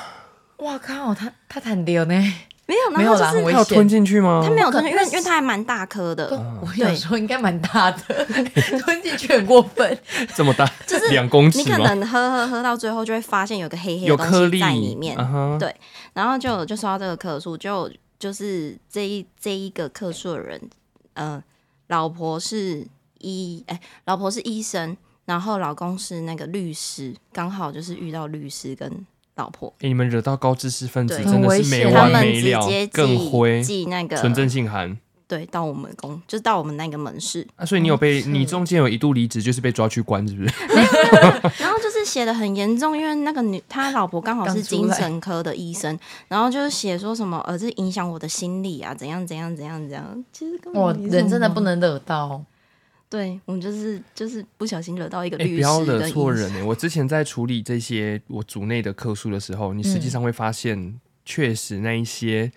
Speaker 3: 哇靠，他他惨掉呢。
Speaker 1: [laughs] 没有，
Speaker 3: 没
Speaker 1: 然
Speaker 3: 有
Speaker 1: 后就
Speaker 3: 啦很
Speaker 2: 他
Speaker 1: 是
Speaker 3: 危
Speaker 2: 有
Speaker 3: 险
Speaker 2: 吞进去吗？
Speaker 1: 它没有吞进去，因为
Speaker 3: 那是
Speaker 1: 因为它还蛮大颗的，
Speaker 2: 嗯
Speaker 3: 我有时候应该蛮大的， [laughs] 吞进去很过分。
Speaker 2: 这么大，
Speaker 1: 就是
Speaker 2: [laughs] 两公尺
Speaker 1: 你可
Speaker 2: 吗？
Speaker 1: 能喝喝喝到最后就会发现有个黑黑
Speaker 2: 有
Speaker 1: 的
Speaker 2: 颗
Speaker 1: 东西
Speaker 2: 粒
Speaker 1: 在里面，
Speaker 2: 嗯哼
Speaker 1: 对然后就就收到这个客诉，就就是这一这一个客诉的人，呃，老婆是医，哎、老婆是医生，然后老公是那个律师，刚好就是遇到律师跟老婆，
Speaker 2: 诶你们惹到高知识分子
Speaker 1: 对
Speaker 2: 真的是没
Speaker 1: 他
Speaker 2: 完
Speaker 1: 们
Speaker 2: 没
Speaker 1: 直
Speaker 2: 了
Speaker 1: 接，
Speaker 2: 更
Speaker 1: 寄
Speaker 2: 灰，
Speaker 1: 寄那个
Speaker 2: 纯正性函。
Speaker 1: 对到我们公，就是到我们那个门市，
Speaker 2: 啊，所以你有
Speaker 1: 嗯
Speaker 2: 被你中间有一度离职，就是被抓去关，是不是？
Speaker 1: 然后就是写的很严重，因为那个女他老婆刚好是精神科的医生，然后就是写说什么呃，这影响我的心理啊，怎样怎样怎样怎样。其实根本
Speaker 3: [laughs] 哇，
Speaker 1: 没什
Speaker 3: 人
Speaker 1: 么
Speaker 3: 真的不能惹到。
Speaker 1: 对我们就是就是不小心惹到一个
Speaker 2: 哎、
Speaker 1: 律
Speaker 2: 不
Speaker 1: 师、
Speaker 2: 要
Speaker 1: 跟
Speaker 2: 惹
Speaker 1: 医
Speaker 2: 错
Speaker 1: 生
Speaker 2: 人哎、我之前在处理这些我组内的客诉的时候，你实
Speaker 1: 嗯
Speaker 2: 际上会发现，确、实那一些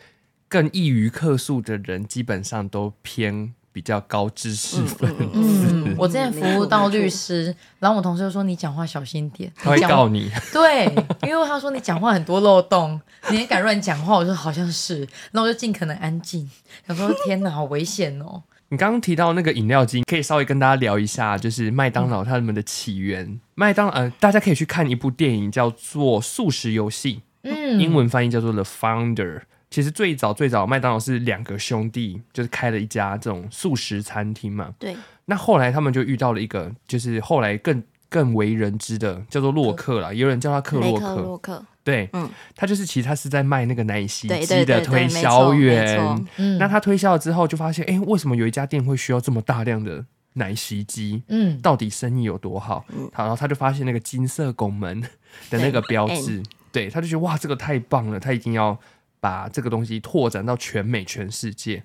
Speaker 2: 更易于客诉的人，基本上都偏比较高知识分子，
Speaker 3: 嗯，我之 [laughs] 前
Speaker 1: 没
Speaker 3: 服
Speaker 1: 错
Speaker 3: 务到
Speaker 1: 没错
Speaker 3: 律师，然后我同事就说你讲话小心点，
Speaker 2: [laughs] 他会
Speaker 3: 你讲
Speaker 2: 告你。
Speaker 3: 对，因为他说你讲话很多漏洞，你也敢乱讲话，我说好像是，那我就尽可能安静。想说天哪，好危险哦！
Speaker 2: 你刚刚提到那个饮料机，可以稍微跟大家聊一下，就是麦当劳他们的起源。麦当呃，大家可以去看一部电影，叫做《素食游戏》，
Speaker 3: 嗯，
Speaker 2: 英文翻译叫做《The Founder》。其实最早最早，麦当劳是两个兄弟，就是开了一家这种素食餐厅嘛。
Speaker 1: 对，
Speaker 2: 那后来他们就遇到了一个，就是后来更更为人知的，叫做洛克啦，有人叫他克
Speaker 1: 雷
Speaker 2: 洛
Speaker 1: 嗯克
Speaker 2: 克。
Speaker 1: 洛克，
Speaker 2: 对，
Speaker 1: 嗯
Speaker 2: 他就是其实他是在卖那个奶昔
Speaker 1: 对
Speaker 2: 机
Speaker 1: 对
Speaker 2: 的
Speaker 1: 对
Speaker 2: 推
Speaker 1: 对，没
Speaker 2: 销
Speaker 1: 错没
Speaker 2: 员。
Speaker 1: 错，
Speaker 3: 嗯
Speaker 2: 那他推销了之后，就发现，哎、为什么有一家店会需要这么大量的奶昔机？
Speaker 3: 嗯
Speaker 2: 到底生意有多好？
Speaker 1: 嗯
Speaker 2: 好，然后他就发现那个金色拱门的那个标志，对，他就觉得哇，这个太棒了，他一定要把这个东西拓展到全美全世界。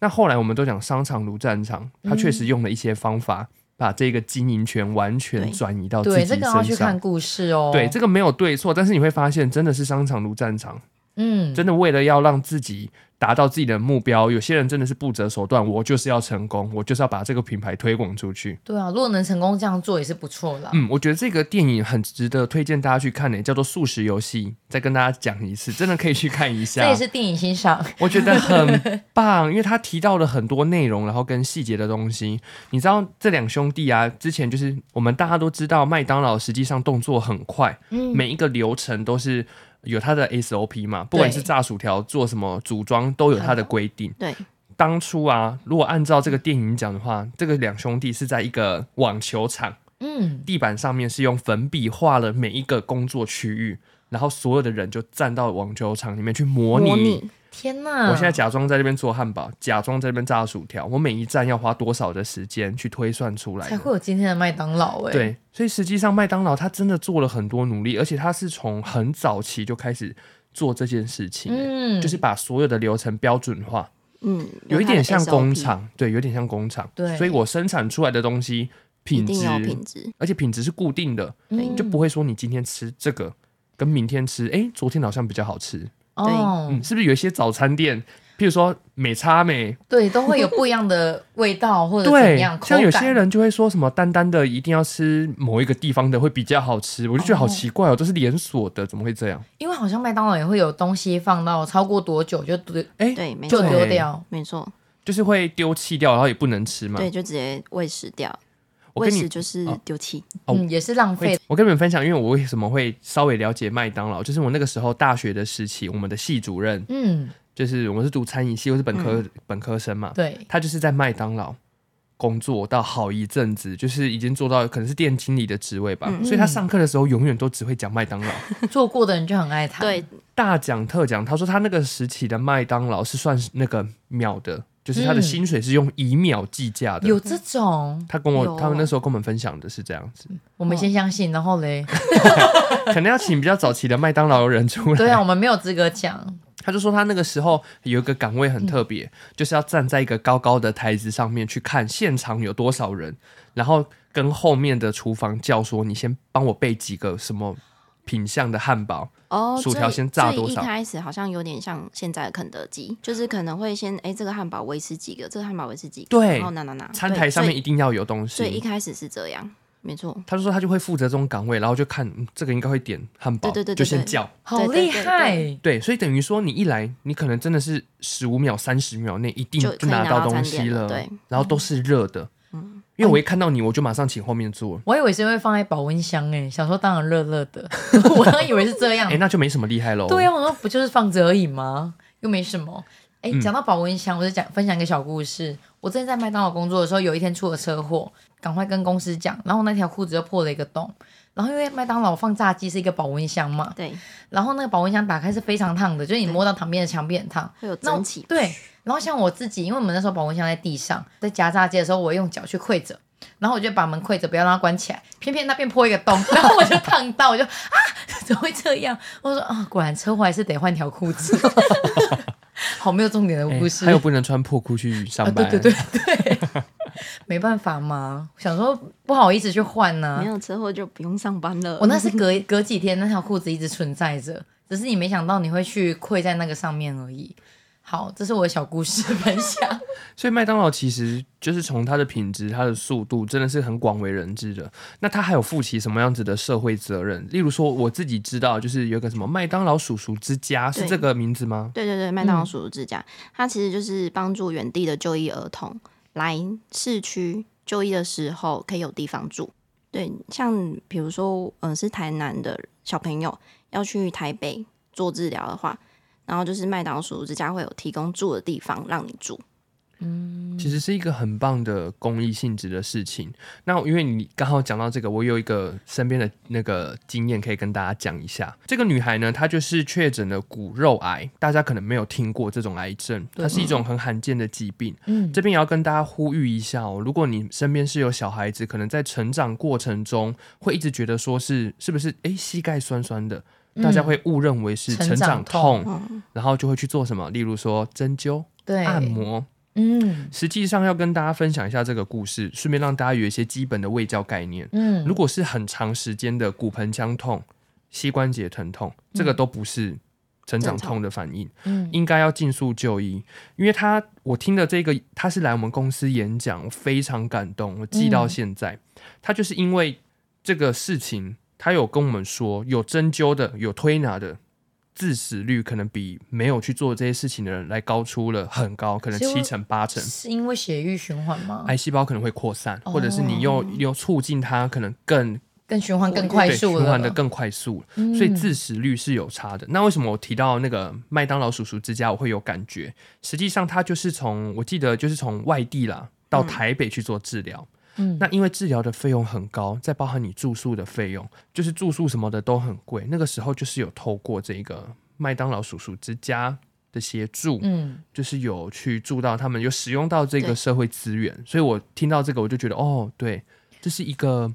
Speaker 2: 那后来我们都讲商场如战场，他确实用了一些方法，把这个经营权完全
Speaker 1: 对
Speaker 2: 转移到自
Speaker 3: 嗯对，
Speaker 2: 己
Speaker 3: 这
Speaker 2: 身
Speaker 3: 个要去看
Speaker 2: 上。
Speaker 3: 故事哦。
Speaker 2: 对，这个没有对错，但是你会发现，真的是商场如战场。
Speaker 3: 嗯，
Speaker 2: 真的为了要让自己达到自己的目标，有些人真的是不择手段，我就是要成功，我就是要把这个品牌推广出去。
Speaker 3: 对啊，如果能成功这样做也是不错啦。
Speaker 2: 嗯，我觉得这个电影很值得推荐大家去看欸呢、叫做《素食游戏》。再跟大家讲一次，真的可以去看一
Speaker 3: 这
Speaker 2: 下
Speaker 3: 也。是电影欣赏，
Speaker 2: 我觉得很
Speaker 3: [laughs]
Speaker 2: 棒，因为他提到了很多内容，然后跟细节的东西。你知道这两兄弟啊，之前就是我们大家都知道，麦当劳实际上动作很快，
Speaker 3: 嗯
Speaker 2: 每一个流程都是有它的 SOP 嘛，不管是炸薯条做什么组装，都有它的规定。
Speaker 1: 对，
Speaker 2: 当初啊，如果按照这个电影讲的话，这个两兄弟是在一个网球场
Speaker 3: 嗯，
Speaker 2: 地板上面是用粉笔画了每一个工作区域，然后所有的人就站到网球场里面去模拟。
Speaker 1: 模拟嗯
Speaker 3: 天哪！
Speaker 2: 我现在假装在这边做汉堡，假装在这边炸薯条，我每一站要花多少的时间去推算出来
Speaker 3: 才
Speaker 2: 的。
Speaker 3: 会有今天的麦当劳哎。，
Speaker 2: 对，所以实际上麦当劳它真的做了很多努力，而且它是从很早期就开始做这件事情、
Speaker 3: 嗯，
Speaker 2: 就是把所有的流程标准化。
Speaker 1: 嗯，
Speaker 2: 有一
Speaker 1: 它的
Speaker 2: 点像
Speaker 1: SOP
Speaker 2: 工，厂，对，有点像工厂。
Speaker 3: 对
Speaker 2: 所以我生产出来的东西
Speaker 1: 一
Speaker 2: 品
Speaker 1: 定
Speaker 2: 质
Speaker 1: 有，品质，
Speaker 2: 而且品质是固定的，
Speaker 3: 嗯
Speaker 2: 哎就不会说你今天吃这个。跟明天吃，诶，昨天好像比较好吃，
Speaker 3: 哦
Speaker 2: 嗯，，是不是有一些早餐店，譬如说美差美，
Speaker 3: 对，都会有不一样的味道或者怎
Speaker 2: 对
Speaker 3: 样，，
Speaker 2: 像
Speaker 3: 口
Speaker 2: 有
Speaker 3: 感
Speaker 2: 些人就会说什么单单的一定要吃某一个地方的会比较好吃，我就觉得好奇怪哦，这是连锁的，怎么会这样？
Speaker 3: 因为好像麦当劳也会有东西放到超过多久就丢
Speaker 2: 诶，
Speaker 1: 对，没
Speaker 3: 就哦
Speaker 1: 错，
Speaker 3: 丢掉，
Speaker 1: 没错，
Speaker 2: 就是会丢弃掉，然后也不能吃嘛。
Speaker 1: 对，就直接喂食掉，
Speaker 2: 我
Speaker 1: 卫
Speaker 2: 跟
Speaker 1: 士
Speaker 2: 你
Speaker 1: 就是
Speaker 2: 哦
Speaker 1: 丢弃，
Speaker 2: 哦
Speaker 3: 嗯，也是浪费。
Speaker 2: 我跟你们分享，因为我为什么会稍微了解麦当劳，就是我那个时候大学的时期，我们的系主任
Speaker 3: 嗯，
Speaker 2: 就是我们是读餐饮系，我是本科、本科生嘛，
Speaker 3: 对，
Speaker 2: 他就是在麦当劳工作到好一阵子，就是已经做到可能是店经理的职位吧，
Speaker 1: 嗯
Speaker 2: 所以他上课的时候永远都只会讲麦当劳，
Speaker 3: 做过的人就很爱他。
Speaker 1: 对，
Speaker 2: 大讲特讲。他说他那个时期的麦当劳是算是那个秒的，就是他的
Speaker 3: 嗯
Speaker 2: 薪水是用以秒计价的。
Speaker 3: 有这种，
Speaker 2: 他跟我
Speaker 1: 有
Speaker 2: 他们那时候跟我们分享的是这样子，
Speaker 3: 我
Speaker 1: 嗯
Speaker 3: 们先相信，然后嘞，
Speaker 2: 可能要请比较早期的麦当劳人出来。
Speaker 3: 对啊，我们没有资格
Speaker 1: [laughs]
Speaker 3: 讲，
Speaker 2: 他就说他那个时候有一个岗位很特
Speaker 1: 嗯
Speaker 2: 别，就是要站在一个高高的台子上面去看现场有多少人，然后跟后面的厨房叫说：“你先帮我备几个什么品相的汉堡。
Speaker 1: 哦，
Speaker 2: 薯
Speaker 1: 最
Speaker 2: 条先炸
Speaker 1: 最
Speaker 2: 多
Speaker 1: 一
Speaker 2: 少
Speaker 1: 开始好像有点像现在的肯德基，就是可能会先哎、这个汉堡维持几个，这个汉堡维持几个，
Speaker 2: 对
Speaker 1: 然后拿拿拿，”
Speaker 2: 餐
Speaker 1: 啊对
Speaker 2: 台上面
Speaker 1: 所以
Speaker 2: 一定要有东
Speaker 1: 所以一
Speaker 2: 西。
Speaker 1: 开始是这样，没错，
Speaker 2: 他就说他就会负责这种岗位，然后就看、嗯这个应该会点汉堡，
Speaker 1: 对对对对
Speaker 2: 就先
Speaker 1: 对
Speaker 2: 叫。
Speaker 3: 好
Speaker 1: 对
Speaker 3: 厉
Speaker 1: 对对
Speaker 3: 害。
Speaker 2: 对，所以等于说你一来，你可能真的是十五秒、三十秒内一定
Speaker 1: 就可以
Speaker 2: 拿
Speaker 1: 拿
Speaker 2: 到
Speaker 1: 到
Speaker 2: 东
Speaker 1: 餐
Speaker 2: 西
Speaker 1: 点了
Speaker 2: 了，
Speaker 1: 对，嗯
Speaker 2: 然后都是热的。因为我一看到你，我就马上请后面坐。
Speaker 3: 我以为是因为放在保温箱欸诶、想说当然热热的， [laughs] 我刚以为是这样
Speaker 1: 嗯
Speaker 2: 哎、。那就没什么厉害喽。
Speaker 3: 对啊，我说不就是放着而已吗？又没什么。哎、
Speaker 2: 嗯
Speaker 3: 讲到保温箱，我就讲分享一个小故事。我之前在麦当劳工作的时候，有一天出了车祸，赶快跟公司讲，然后那条裤子就破了一个洞。然后因为麦当劳放炸鸡是一个保温箱嘛，
Speaker 1: 对，
Speaker 3: 然后那个保温箱打开是非常烫的，就是你摸到旁边的墙壁很烫。
Speaker 1: 会有
Speaker 3: 那我
Speaker 1: 蒸汽，
Speaker 3: 对，然后像我自己，因为我们那时候保温箱在地上，在夹炸鸡的时候，我用脚去跪着，然后我就把门跪着，不要让它关起来，偏偏那边破一个洞，然后我就烫到，我就啊， [laughs] 怎么会这样？我说啊，果然车祸还是得换条裤子，好没有重点的
Speaker 2: 哎
Speaker 3: 故事。
Speaker 2: 还有不能穿破裤去上
Speaker 3: 啊，
Speaker 2: 班。
Speaker 3: 对对对对， [laughs] 没办法嘛，想说不好意思去换啊
Speaker 2: 啊
Speaker 3: 呢、
Speaker 1: 没有车祸就不用上班了。
Speaker 3: 我那是隔 [laughs] 隔几天那条裤子一直存在着，只是你没想到你会去跪在那个上面而已。好，这是我的小故事分享。
Speaker 2: 所以麦当劳其实就是从它的品质、它的速度，真的是很广为人知的。那它还有负起什么样子的社会责任？例如说，我自己知道，就是有一个什么麦当劳叔叔之家，是
Speaker 1: 对
Speaker 2: 这个名字吗？
Speaker 1: [laughs] 对对对，麦
Speaker 2: 嗯
Speaker 1: 当劳叔叔之家，它其实就是帮助原地的就医儿童来市区就医的时候可以有地方住。对，像比如说，嗯、是台南的小朋友要去台北做治疗的话，然后就是麦当劳叔叔之家会有提供住的地方让你住。
Speaker 2: 其实是一个很棒的公益性质的事情。那因为你刚好讲到这个，我有一个身边的那个经验可以跟大家讲一下。这个女孩呢，她就是确诊了骨肉癌，大家可能没有听过这种癌症，它是一种很罕见的疾病。
Speaker 3: 嗯，
Speaker 2: 这边也要跟大家呼吁一下哦，如果你身边是有小孩子，可能在成长过程中会一直觉得说是是不是诶膝盖酸酸的，大家会误认为是
Speaker 3: 成
Speaker 2: 成长
Speaker 3: 长
Speaker 2: 痛，
Speaker 1: 嗯，
Speaker 2: 然后就会去做什么，例如说针灸、
Speaker 3: 对
Speaker 2: 按摩。
Speaker 3: 嗯
Speaker 2: 实际上要跟大家分享一下这个故事，顺便让大家有一些基本的卫教概念。
Speaker 3: 嗯，
Speaker 2: 如果是很长时间的骨盆腔痛、膝关节疼痛，这个都不是成长痛的反应，
Speaker 3: 嗯
Speaker 2: 应该要尽速就医。因为他，我听的这个，他是来我们公司演讲，我非常感动，我记到现在。他就是因为这个事情，他有跟我们说，有针灸的，有推拿的。致死率可能比没有去做这些事情的人来高出了很高，可能
Speaker 3: 是因
Speaker 2: 七
Speaker 3: 为
Speaker 2: 成八成。
Speaker 3: 是因为血液循环吗？
Speaker 2: 癌细胞可能会扩散，
Speaker 3: 哦
Speaker 2: 或者是你又又促进它可能更
Speaker 3: 更循环
Speaker 2: 对
Speaker 3: 更快
Speaker 2: 循
Speaker 3: 速了，
Speaker 2: 环的更快速，
Speaker 3: 嗯
Speaker 2: 所以致死率是有差的。那为什么我提到那个麦当劳叔叔之家，我会有感觉？实际上，他就是从我记得就是从外地啦到台北去做治疗。
Speaker 3: 嗯
Speaker 2: 那因为治疗的费用很高，再包含你住宿的费用，就是住宿什么的都很贵。那个时候就是有透过这个麦当劳叔叔之家的协助，
Speaker 3: 嗯，
Speaker 2: 就是有去住到他们，有使用到这个
Speaker 1: 对
Speaker 2: 社会资源，所以我听到这个我就觉得，哦，对，这是一个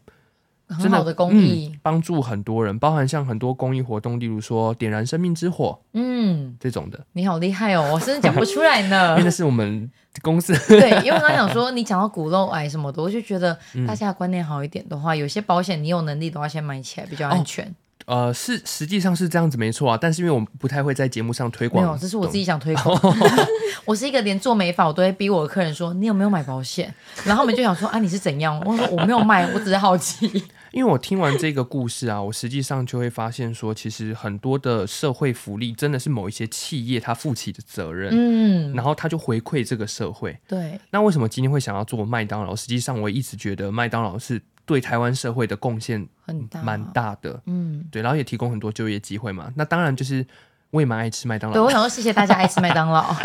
Speaker 3: 很
Speaker 2: 真
Speaker 3: 好的公益
Speaker 2: 嗯，帮、助很多人，包含像很多公益活动，例如说点燃生命之火
Speaker 3: 嗯，
Speaker 2: 这种
Speaker 3: [laughs]
Speaker 2: 的，
Speaker 3: 你好厉害哦，我真的讲不出来呢
Speaker 2: [laughs] 因为。那是我们公司
Speaker 3: 对，因为我刚想说你讲到骨肉癌
Speaker 2: 嗯
Speaker 3: 什么的，我就觉得大家的观念好一点的话，有些保险你有能力的话先买起来比较安全。
Speaker 2: 呃，是实际上是这样子没错啊，但是因为我们不太会在节目上推
Speaker 3: 没
Speaker 2: 广，
Speaker 3: 有，这是我自己
Speaker 2: 懂
Speaker 3: 想推广。 [laughs] 我是一个连做美发我都会逼我的客人说你有没有买保险，然后他们就想说啊你是怎样？我说我没有卖，我只是好奇。
Speaker 2: 因为我听完这个故事啊， [laughs] 我实际上就会发现说，其实很多的社会福利真的是某一些企业它负起的责任，
Speaker 3: 嗯，
Speaker 2: 然后它就回馈这个社会。
Speaker 3: 对，
Speaker 2: 那为什么今天会想要做麦当劳？实际上我一直觉得麦当劳是对台湾社会的贡献
Speaker 3: 很大，
Speaker 2: 蛮。大的，
Speaker 3: 嗯，
Speaker 2: 对，然后也提供很多就业机会嘛。那当然就是我也蛮爱吃麦当
Speaker 3: 对，
Speaker 2: 劳
Speaker 3: 我
Speaker 2: 的，
Speaker 3: 想说谢谢大家爱吃麦当劳。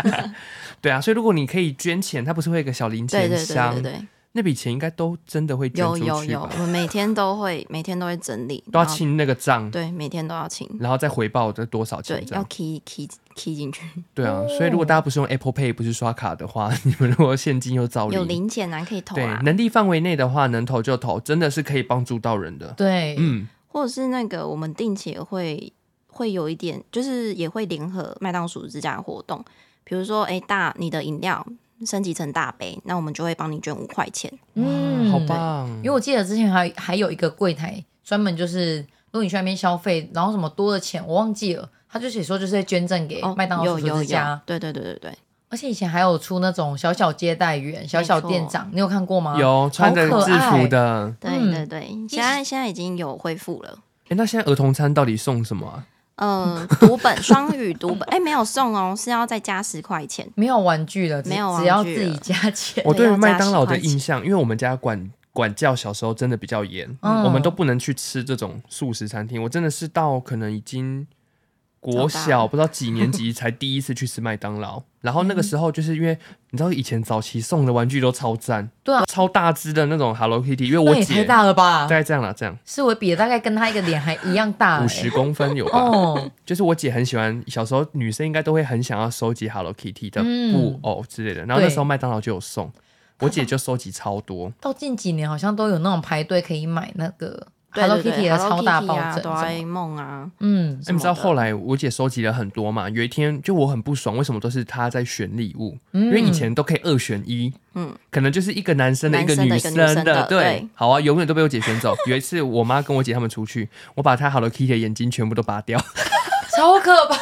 Speaker 2: 对啊，所以如果你可以捐钱，它不是会有一个小零
Speaker 1: 对
Speaker 2: 钱
Speaker 1: 对对
Speaker 2: 箱
Speaker 1: 对，对，
Speaker 2: 那笔钱应该都真的会捐
Speaker 1: 有
Speaker 2: 出去吧？
Speaker 1: 有有，我们每天都会每天都会整理，
Speaker 2: 都要
Speaker 1: 然后
Speaker 2: 清那个账，
Speaker 1: 对，每天都要清，
Speaker 2: 然后再回报这多少
Speaker 1: 对
Speaker 2: 钱，这
Speaker 1: 要嗯
Speaker 2: 样。
Speaker 1: key key key 进去，
Speaker 2: 对啊
Speaker 3: 哦，
Speaker 2: 所以如果大家不是用 Apple Pay，不是刷卡的话， [laughs] 你们如果现金又造
Speaker 1: 有零钱啊可以投
Speaker 2: 对
Speaker 1: 啊，
Speaker 2: 能力范围内的话，能投就投，真的是可以帮助到人的。
Speaker 3: 对，
Speaker 2: 嗯，
Speaker 1: 或者是那个我们定期也会会有一点，就是也会联合麦当叔之家的活动，比如说哎、诶大你的饮料升级成大杯，那我们就会帮你捐五块钱，
Speaker 3: 嗯，
Speaker 2: 好
Speaker 3: 吧。
Speaker 2: 棒
Speaker 3: 因为。我记得之前还还有一个柜台专门就是，如果你去那边消费，然后什么多的钱我忘记了，他就写说就是会捐赠给
Speaker 1: 哦，
Speaker 3: 麦当劳
Speaker 1: 有
Speaker 3: 叔叔
Speaker 1: 有
Speaker 3: 之家。
Speaker 1: 有，对对对对对，
Speaker 3: 而且以前还有出那种小小接待员、小小店长，你有看过吗？
Speaker 2: 有穿着
Speaker 3: 啊好可
Speaker 2: 制
Speaker 3: 爱
Speaker 2: 服的，
Speaker 1: 对
Speaker 3: 嗯
Speaker 1: 对对，现在现在已经有恢复了。
Speaker 2: 哎，那现在儿童餐到底送什么啊？
Speaker 3: [laughs]
Speaker 1: 呃，读本双语读本，哎、没有送哦，是要再加十块钱。
Speaker 3: 没有玩具了，只
Speaker 1: 没有玩
Speaker 3: 只
Speaker 1: 具了
Speaker 3: 要自己加钱。
Speaker 2: 我对于
Speaker 1: 要加
Speaker 2: 麦当劳
Speaker 1: 10
Speaker 2: 的
Speaker 1: 块钱
Speaker 2: 印象，因为我们家管管教小时候真的比较严，
Speaker 3: 嗯
Speaker 2: 我们都不能去吃这种素食餐厅。我真的是到可能已经国
Speaker 1: 长大
Speaker 2: 小
Speaker 1: 了
Speaker 2: 不知道几年级才第一次去吃麦当
Speaker 3: [laughs]
Speaker 2: 劳，然后那个时候就是因为你知道以前早期送的玩具都超赞，
Speaker 3: 对啊，
Speaker 2: 超大只的那种 Hello Kitty，因为 [laughs] 我
Speaker 3: 那也太
Speaker 2: 姐
Speaker 3: 大了吧
Speaker 2: 大？概这样啦，这样
Speaker 3: 是我比的大概跟他一个脸还一样大、欸，
Speaker 2: 五十公分有吧？
Speaker 3: 哦，
Speaker 2: 就是我姐很喜欢，小时候女生应该都会很想要收集 Hello Kitty 的
Speaker 3: 嗯
Speaker 2: 布偶之类的，然后那
Speaker 3: 对
Speaker 2: 时候麦当劳就有送，我姐就收集超多。
Speaker 3: 到近几年好像都有那种排队可以买那个
Speaker 1: 对
Speaker 3: Hello
Speaker 1: 对对
Speaker 3: Kitty 的
Speaker 1: Hello
Speaker 3: 超大
Speaker 1: Kitty
Speaker 3: 抱
Speaker 1: 啊，
Speaker 3: 枕什
Speaker 1: 哆
Speaker 3: 么
Speaker 1: 啦
Speaker 3: 的，
Speaker 1: A 梦啊，
Speaker 3: 嗯，
Speaker 2: 哎你知道
Speaker 1: 什么的
Speaker 2: 后来我姐收集了很多嘛？有一天就我很不爽，为什么都是她在选礼物？
Speaker 3: 嗯
Speaker 2: 因为以前都可以二选一，
Speaker 1: 嗯，
Speaker 2: 可能就是一个男生的
Speaker 1: 男
Speaker 2: 个
Speaker 1: 生的
Speaker 2: 女
Speaker 1: 一个女生的
Speaker 2: 对，
Speaker 1: 对
Speaker 2: 好啊，永远都被我姐选
Speaker 3: [laughs]
Speaker 2: 走。有一次我妈跟我姐他们出去，我把她 Hello Kitty 的眼睛全部都拔掉，
Speaker 3: 超可怕，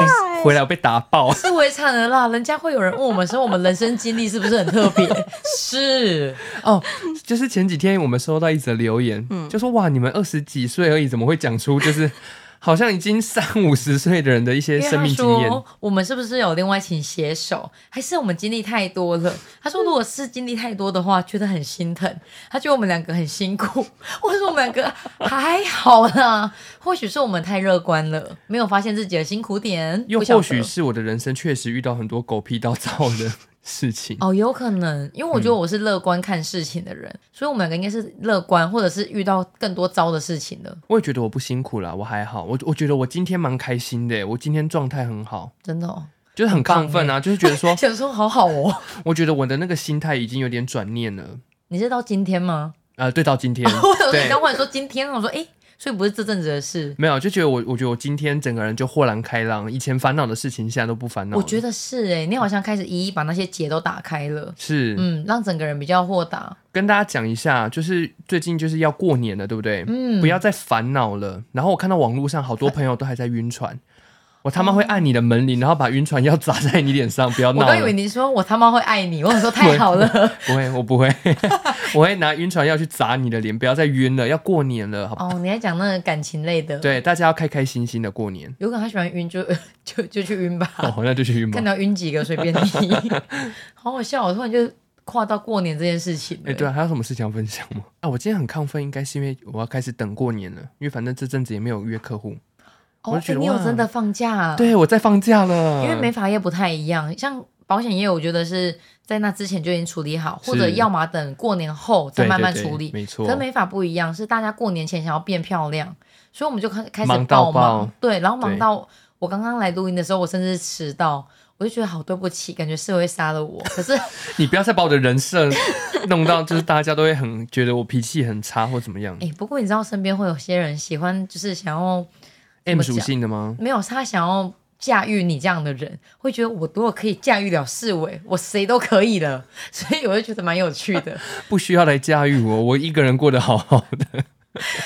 Speaker 3: 哎
Speaker 2: 回来我被打爆。
Speaker 3: 是为产儿啦。人家会有人问我们说我们人生经历是不是很特别？ [laughs] 是哦，
Speaker 2: 就是前几天我们收到一则留言，
Speaker 3: 嗯
Speaker 2: 就说哇，你们二十几岁而已，怎么会讲出就是 [laughs] 好像已经三五十岁的人的一些
Speaker 3: 因为
Speaker 2: 生
Speaker 3: 他
Speaker 2: 命经验？
Speaker 3: 说我们是不是有另外请携手，还是我们经历太多了？ [laughs] 他说如果是经历太多的话，觉得很心疼。他觉得我们两个很辛苦， [laughs] 我说我们两个还好啦，或许是我们太乐观了，没有发现自己的辛苦点，
Speaker 2: 又
Speaker 3: 不晓
Speaker 2: 或
Speaker 3: 得
Speaker 2: 许是我的人生确实遇到很多狗屁倒灶的事情。 [laughs]
Speaker 3: 哦，有可能，因为我觉
Speaker 2: 嗯
Speaker 3: 得我是乐观看事情的人，所以我们两个应该是乐观，或者是遇到更多糟的事情了。
Speaker 2: 我也觉得我不辛苦啦，我还好，我我觉得我今天蛮开心的耶，我今天状态很好，
Speaker 3: 真的、哦，
Speaker 2: 就是很
Speaker 3: 棒，
Speaker 2: 亢奋啊，就是觉得说
Speaker 3: [laughs] 想说好好哦，
Speaker 2: 我觉得我的那个心态已经有点转念了，
Speaker 3: 你是到今天吗？
Speaker 2: 呃，对，到今
Speaker 3: [laughs]
Speaker 2: 天
Speaker 3: 我想说你
Speaker 2: 对
Speaker 3: 刚忽然说今天，我说诶，所以不是这阵子的事。
Speaker 2: 没有，就觉得我我觉得我今天整个人就豁然开朗，以前烦恼的事情现在都不烦恼了，
Speaker 3: 我觉得是哎、你好像开始一一把那些结都打开了，
Speaker 2: 是、
Speaker 3: 嗯，让整个人比较豁达。
Speaker 2: 跟大家讲一下，就是最近就是要过年了，对不对？
Speaker 3: 嗯
Speaker 2: 不要再烦恼了。然后我看到网络上好多朋友都还在晕船，我他妈会按你的门铃，然后把晕船药砸在你脸上，不要
Speaker 3: 我
Speaker 2: 闹
Speaker 3: 刚以为
Speaker 2: 了。
Speaker 3: 你说我他妈会爱你，我想说太好了。
Speaker 2: 不会，我不会， [laughs] 我会拿晕船药去砸你的脸，不要再晕了，要过年了，好不好？
Speaker 3: [laughs] 哦，你还讲那个感情类的，，
Speaker 2: 对，大家要开开心心的过年。
Speaker 3: 有可能他喜欢晕就 [laughs] 就就去晕吧，
Speaker 2: 哦，那就去晕吧
Speaker 3: 看。到晕几个随便你。
Speaker 2: [laughs]
Speaker 3: 好好笑哦，我突然就跨到过年这件事情了、欸
Speaker 2: 哎、对啊，还有什么事情要分享吗？啊，我今天很亢奋，应该是因为我要开始等过年了，因为反正这阵子也没有约客户。我
Speaker 3: 哦，哎
Speaker 2: 就觉得
Speaker 3: 你有
Speaker 2: 哇
Speaker 3: 真的放假、啊？
Speaker 2: 对，我在放假了，
Speaker 3: 因为美发业不太一样，像保险业，我觉得是在那之前就已经处理好，或者
Speaker 2: 是
Speaker 3: 要么等过年后再
Speaker 2: 对
Speaker 3: 慢慢
Speaker 2: 对对
Speaker 3: 处理。
Speaker 2: 没错。
Speaker 3: 跟美发不一样，是大家过年前想要变漂亮，所以我们就开开始
Speaker 2: 忙到
Speaker 3: 爆忙，
Speaker 2: 爆
Speaker 3: 对，然后忙
Speaker 2: 对
Speaker 3: 到我刚刚来录音的时候，我甚至迟到，我就觉得好对不起，感觉社会杀了我。
Speaker 2: [laughs]
Speaker 3: 可是哎、
Speaker 2: 你不要再把我的人设弄到，就是大家都会很觉得我脾气很差或怎么样。
Speaker 3: 哎不过你知道身边会有些人喜欢，就是想要
Speaker 2: M
Speaker 3: 哎么讲
Speaker 2: 属性的吗？
Speaker 3: 没有他想要驾驭你这样的人，会觉得我如果可以驾驭了世伟，我谁都可以了，所以我就觉得蛮有趣的。 [laughs]
Speaker 2: 不需要来驾驭我，我一个人过得好好的。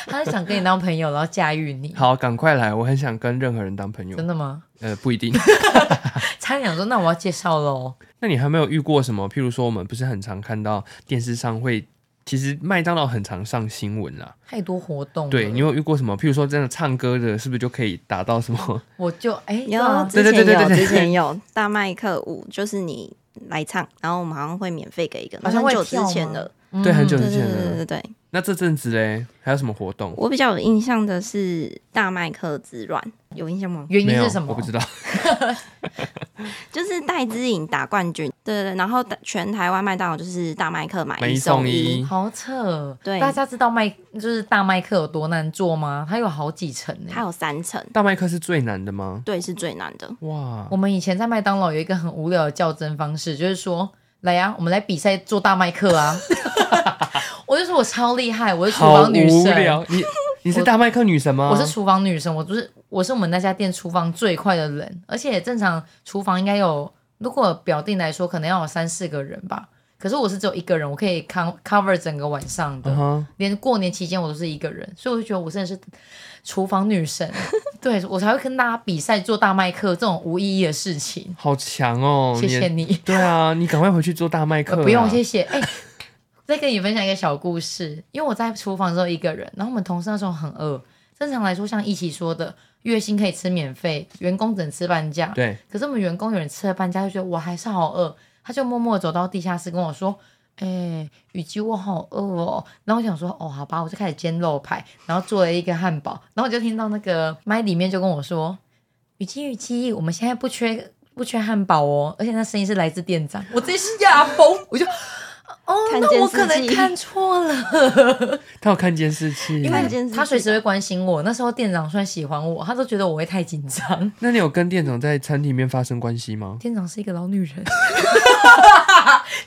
Speaker 3: 他是想跟你当朋友，然后驾驭你，
Speaker 2: 好，赶快来，我很想跟任何人当朋友
Speaker 3: 真。的吗？
Speaker 2: 呃，不一定。 [laughs]
Speaker 3: 差点想说，那我要介绍喽。
Speaker 2: 那你还没有遇过什么？譬如说，我们不是很常看到电视上会，其实麦当劳很常上新闻啦。
Speaker 3: 太多活动了，
Speaker 2: 对你有遇过什么？譬如说，真的唱歌的，是不是就可以达到什么？ [laughs]
Speaker 3: 我就哎，对
Speaker 1: 有
Speaker 3: 啊
Speaker 1: 之
Speaker 2: 对对
Speaker 1: 前
Speaker 2: 对对
Speaker 1: 有
Speaker 2: 对对
Speaker 1: 之前有大麦克舞，就是你来唱，然后我们好像会免费给一个，
Speaker 3: 好像会
Speaker 1: 那很久
Speaker 3: 跳
Speaker 1: 之前
Speaker 3: 吗
Speaker 1: 的，
Speaker 2: 对，很久
Speaker 1: 对
Speaker 2: 之
Speaker 1: 对
Speaker 2: 前
Speaker 1: 对对对
Speaker 2: 的。
Speaker 1: 对。
Speaker 2: 那这阵子嘞，还有什么活动？
Speaker 1: 我比较有印象的是大麦克之乱，有印象吗？
Speaker 3: 原因
Speaker 2: 没有
Speaker 3: 是什么？
Speaker 2: 我不知道。
Speaker 1: 就是戴之颖打冠军，对对对，然后大全台湾麦当劳就是大麦克买
Speaker 2: 买一
Speaker 1: 一
Speaker 2: 送
Speaker 1: 送
Speaker 2: 一
Speaker 3: 好扯。
Speaker 1: 对
Speaker 3: 大家知道麦就是大麦克有多难做吗？它有好几层欸呢
Speaker 1: 它。有三层，
Speaker 2: 大麦克是最难的吗？
Speaker 1: 对，是最难
Speaker 2: 嗯
Speaker 1: 的。
Speaker 2: 哇
Speaker 3: 我，们以前在麦当劳有一个很无聊的较真方式，就是说，来啊呀、我们来比赛做大麦
Speaker 2: [laughs]
Speaker 3: 克啊！我就说我超厉害，我是厨
Speaker 2: 好
Speaker 3: 房女
Speaker 2: 无
Speaker 3: 神，
Speaker 2: 聊。啊你你是大麦克女神吗？
Speaker 3: 我是厨房女神，我就是我是我们那家店厨房最快的人，而且正常厨房应该有，如果表定来说，可能要有三四个人吧。可是我是只有一个人，我可以 con- cover 整个晚上的
Speaker 2: 嗯哼。
Speaker 3: 连过年期间我都是一个人，所以我就觉得我真的是厨房女神， [laughs] 对我才会跟大家比赛做大麦克这种无意义的事情。
Speaker 2: 好强哦！
Speaker 3: 谢谢
Speaker 2: 你。
Speaker 3: 你，
Speaker 2: 对啊，你赶快回去做大麦克、
Speaker 3: 呃
Speaker 2: 啊
Speaker 3: 不用谢谢。哎、 [laughs] 再跟你分享一个小故事，因为我在厨房的时候一个人，然后我们同事那时候很饿，正常来说像一起说的，月薪可以吃免费，员工只能吃半价。
Speaker 2: 对，
Speaker 3: 可是我们员工有人吃了半价，就觉得我还是好饿，他就默默地走到地下室跟我说：“哎、雨姬，我好饿哦。”然后我想说：“哦，好吧。”我就开始煎肉排，然后做了一个汉堡，然后我就听到那个麦里面就跟我说：“雨姬，雨姬，我们现在不缺不缺汉堡哦，而且那声音是来自店长。”我真是吓疯，我就。哦，
Speaker 1: 看
Speaker 3: 那
Speaker 1: 监
Speaker 3: 我
Speaker 1: 视
Speaker 3: 可能
Speaker 1: 器
Speaker 3: 看错了，
Speaker 2: 他有看监视器。
Speaker 1: 因为 [laughs] 监视器
Speaker 3: 他随时会关心我。那时候店长虽然喜欢我，他都觉得我会太紧张。
Speaker 2: 那你有跟店长在餐厅里面发生关系吗？
Speaker 3: 店长是一个老女人， [laughs]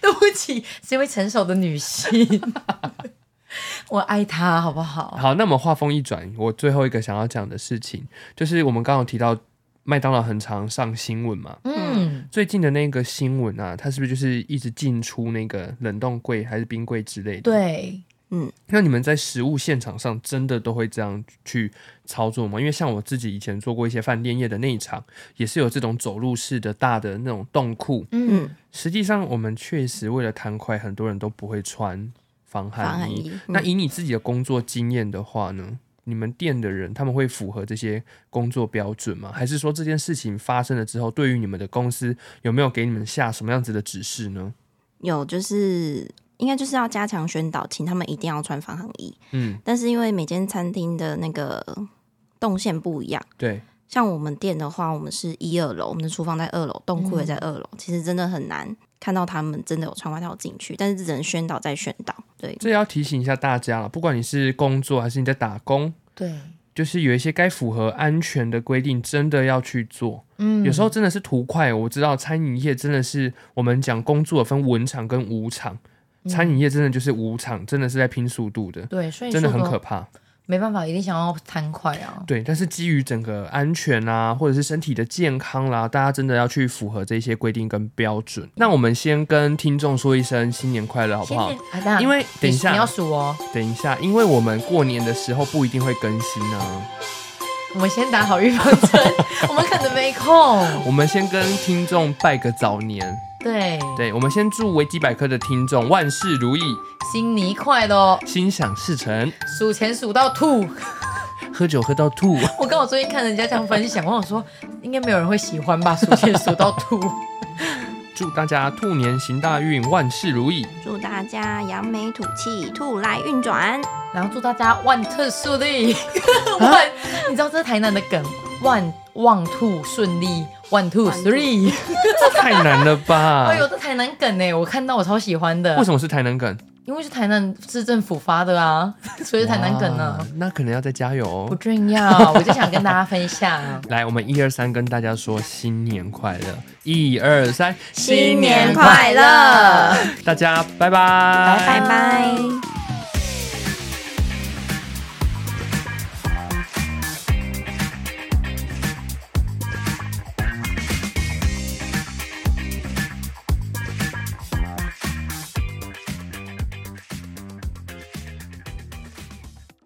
Speaker 3: 对不起，是一位成熟的女性。 [laughs] 我爱她，好不好？
Speaker 2: 好，那我们话锋一转，我最后一个想要讲的事情，就是我们刚刚有提到麦当劳很常上新闻嘛，
Speaker 3: 嗯，
Speaker 2: 最近的那个新闻啊，它是不是就是一直进出那个冷冻柜还是冰柜之类的？。
Speaker 3: 对，
Speaker 2: 那你们在食物现场上真的都会这样去操作吗？因为像我自己以前做过一些饭店业的内场，也是有这种走路式的大的那种冻库，
Speaker 3: 嗯，
Speaker 2: 实际上，我们确实为了贪快，很多人都不会穿防寒衣。
Speaker 1: 防寒衣嗯
Speaker 2: 那以你自己的工作经验的话呢？你们店的人他们会符合这些工作标准吗？还是说这件事情发生了之后，对于你们的公司有没有给你们下什么样子的指示呢？
Speaker 1: 有就是应该就是要加强宣导，请他们一定要穿防寒衣。
Speaker 2: 嗯，
Speaker 1: 但是因为每间餐厅的那个动线不一样，
Speaker 2: 对，
Speaker 1: 像我们店的话，我们是一二楼，我们的厨房在二楼，冻库也在二楼，其实真的很难看到他们真的有穿外套进去，但是只能宣导再宣导。对，
Speaker 2: 这要提醒一下大家了，不管你是工作还是你在打工，
Speaker 3: 对，
Speaker 2: 就是有一些该符合安全的规定，真的要去做。
Speaker 3: 嗯
Speaker 2: 有时候真的是图快。我知道餐饮业真的是我们讲工作分文场跟武场，
Speaker 3: 嗯
Speaker 2: 餐饮业真的就是武场，真的是在拼速度的，
Speaker 3: 对，所以
Speaker 2: 真的很
Speaker 3: 说
Speaker 2: 可怕。
Speaker 3: 没办法，一定想要贪快啊。
Speaker 2: 对，但是基于整个安全啊，或者是身体的健康啦、大家真的要去符合这些规定跟标准。那我们先跟听众说一声新年快乐，好不好
Speaker 3: 先？啊，等下
Speaker 2: 因为等一
Speaker 3: 你你
Speaker 2: 下
Speaker 3: 要，数哦，
Speaker 2: 等一下，因为我们过年的时候不一定会更新啊。
Speaker 3: 我们先打好预防针，
Speaker 2: [laughs]
Speaker 3: 我们可能没空。
Speaker 2: 我们先跟听众拜个早年，
Speaker 3: 对，
Speaker 2: 对，我们先祝维基百科的听众万事如意，
Speaker 3: 新年快乐，
Speaker 2: 心想事成。
Speaker 3: 哦数钱数到吐。
Speaker 2: 喝酒喝到吐。 [laughs]
Speaker 3: 我刚好最近看人家这样分享，我想说应该没有人会喜欢吧，数钱数到吐。
Speaker 2: 祝大家兔年行大运，万事如意。
Speaker 1: 祝大家扬眉吐气，兔来运转。
Speaker 3: 然后祝大家万兔顺利， [laughs] 万，你知道这是台南的梗，万望兔顺利，万兔 three，
Speaker 2: 这太难了吧
Speaker 3: 哎？呦，这台南梗呢，我看到我超喜欢的
Speaker 2: 啊为，什么是台南梗？
Speaker 3: 因为是台南市政府发的啊， [laughs] 所以是台南梗呢
Speaker 2: 哇，，那可能要再加油
Speaker 3: 不
Speaker 2: 哦。。
Speaker 3: 重要，我就想跟大家分享
Speaker 2: 来，我们一二三跟大家说新年快乐，一二三，
Speaker 1: 新年快乐，
Speaker 2: 大家拜拜，
Speaker 1: 拜拜。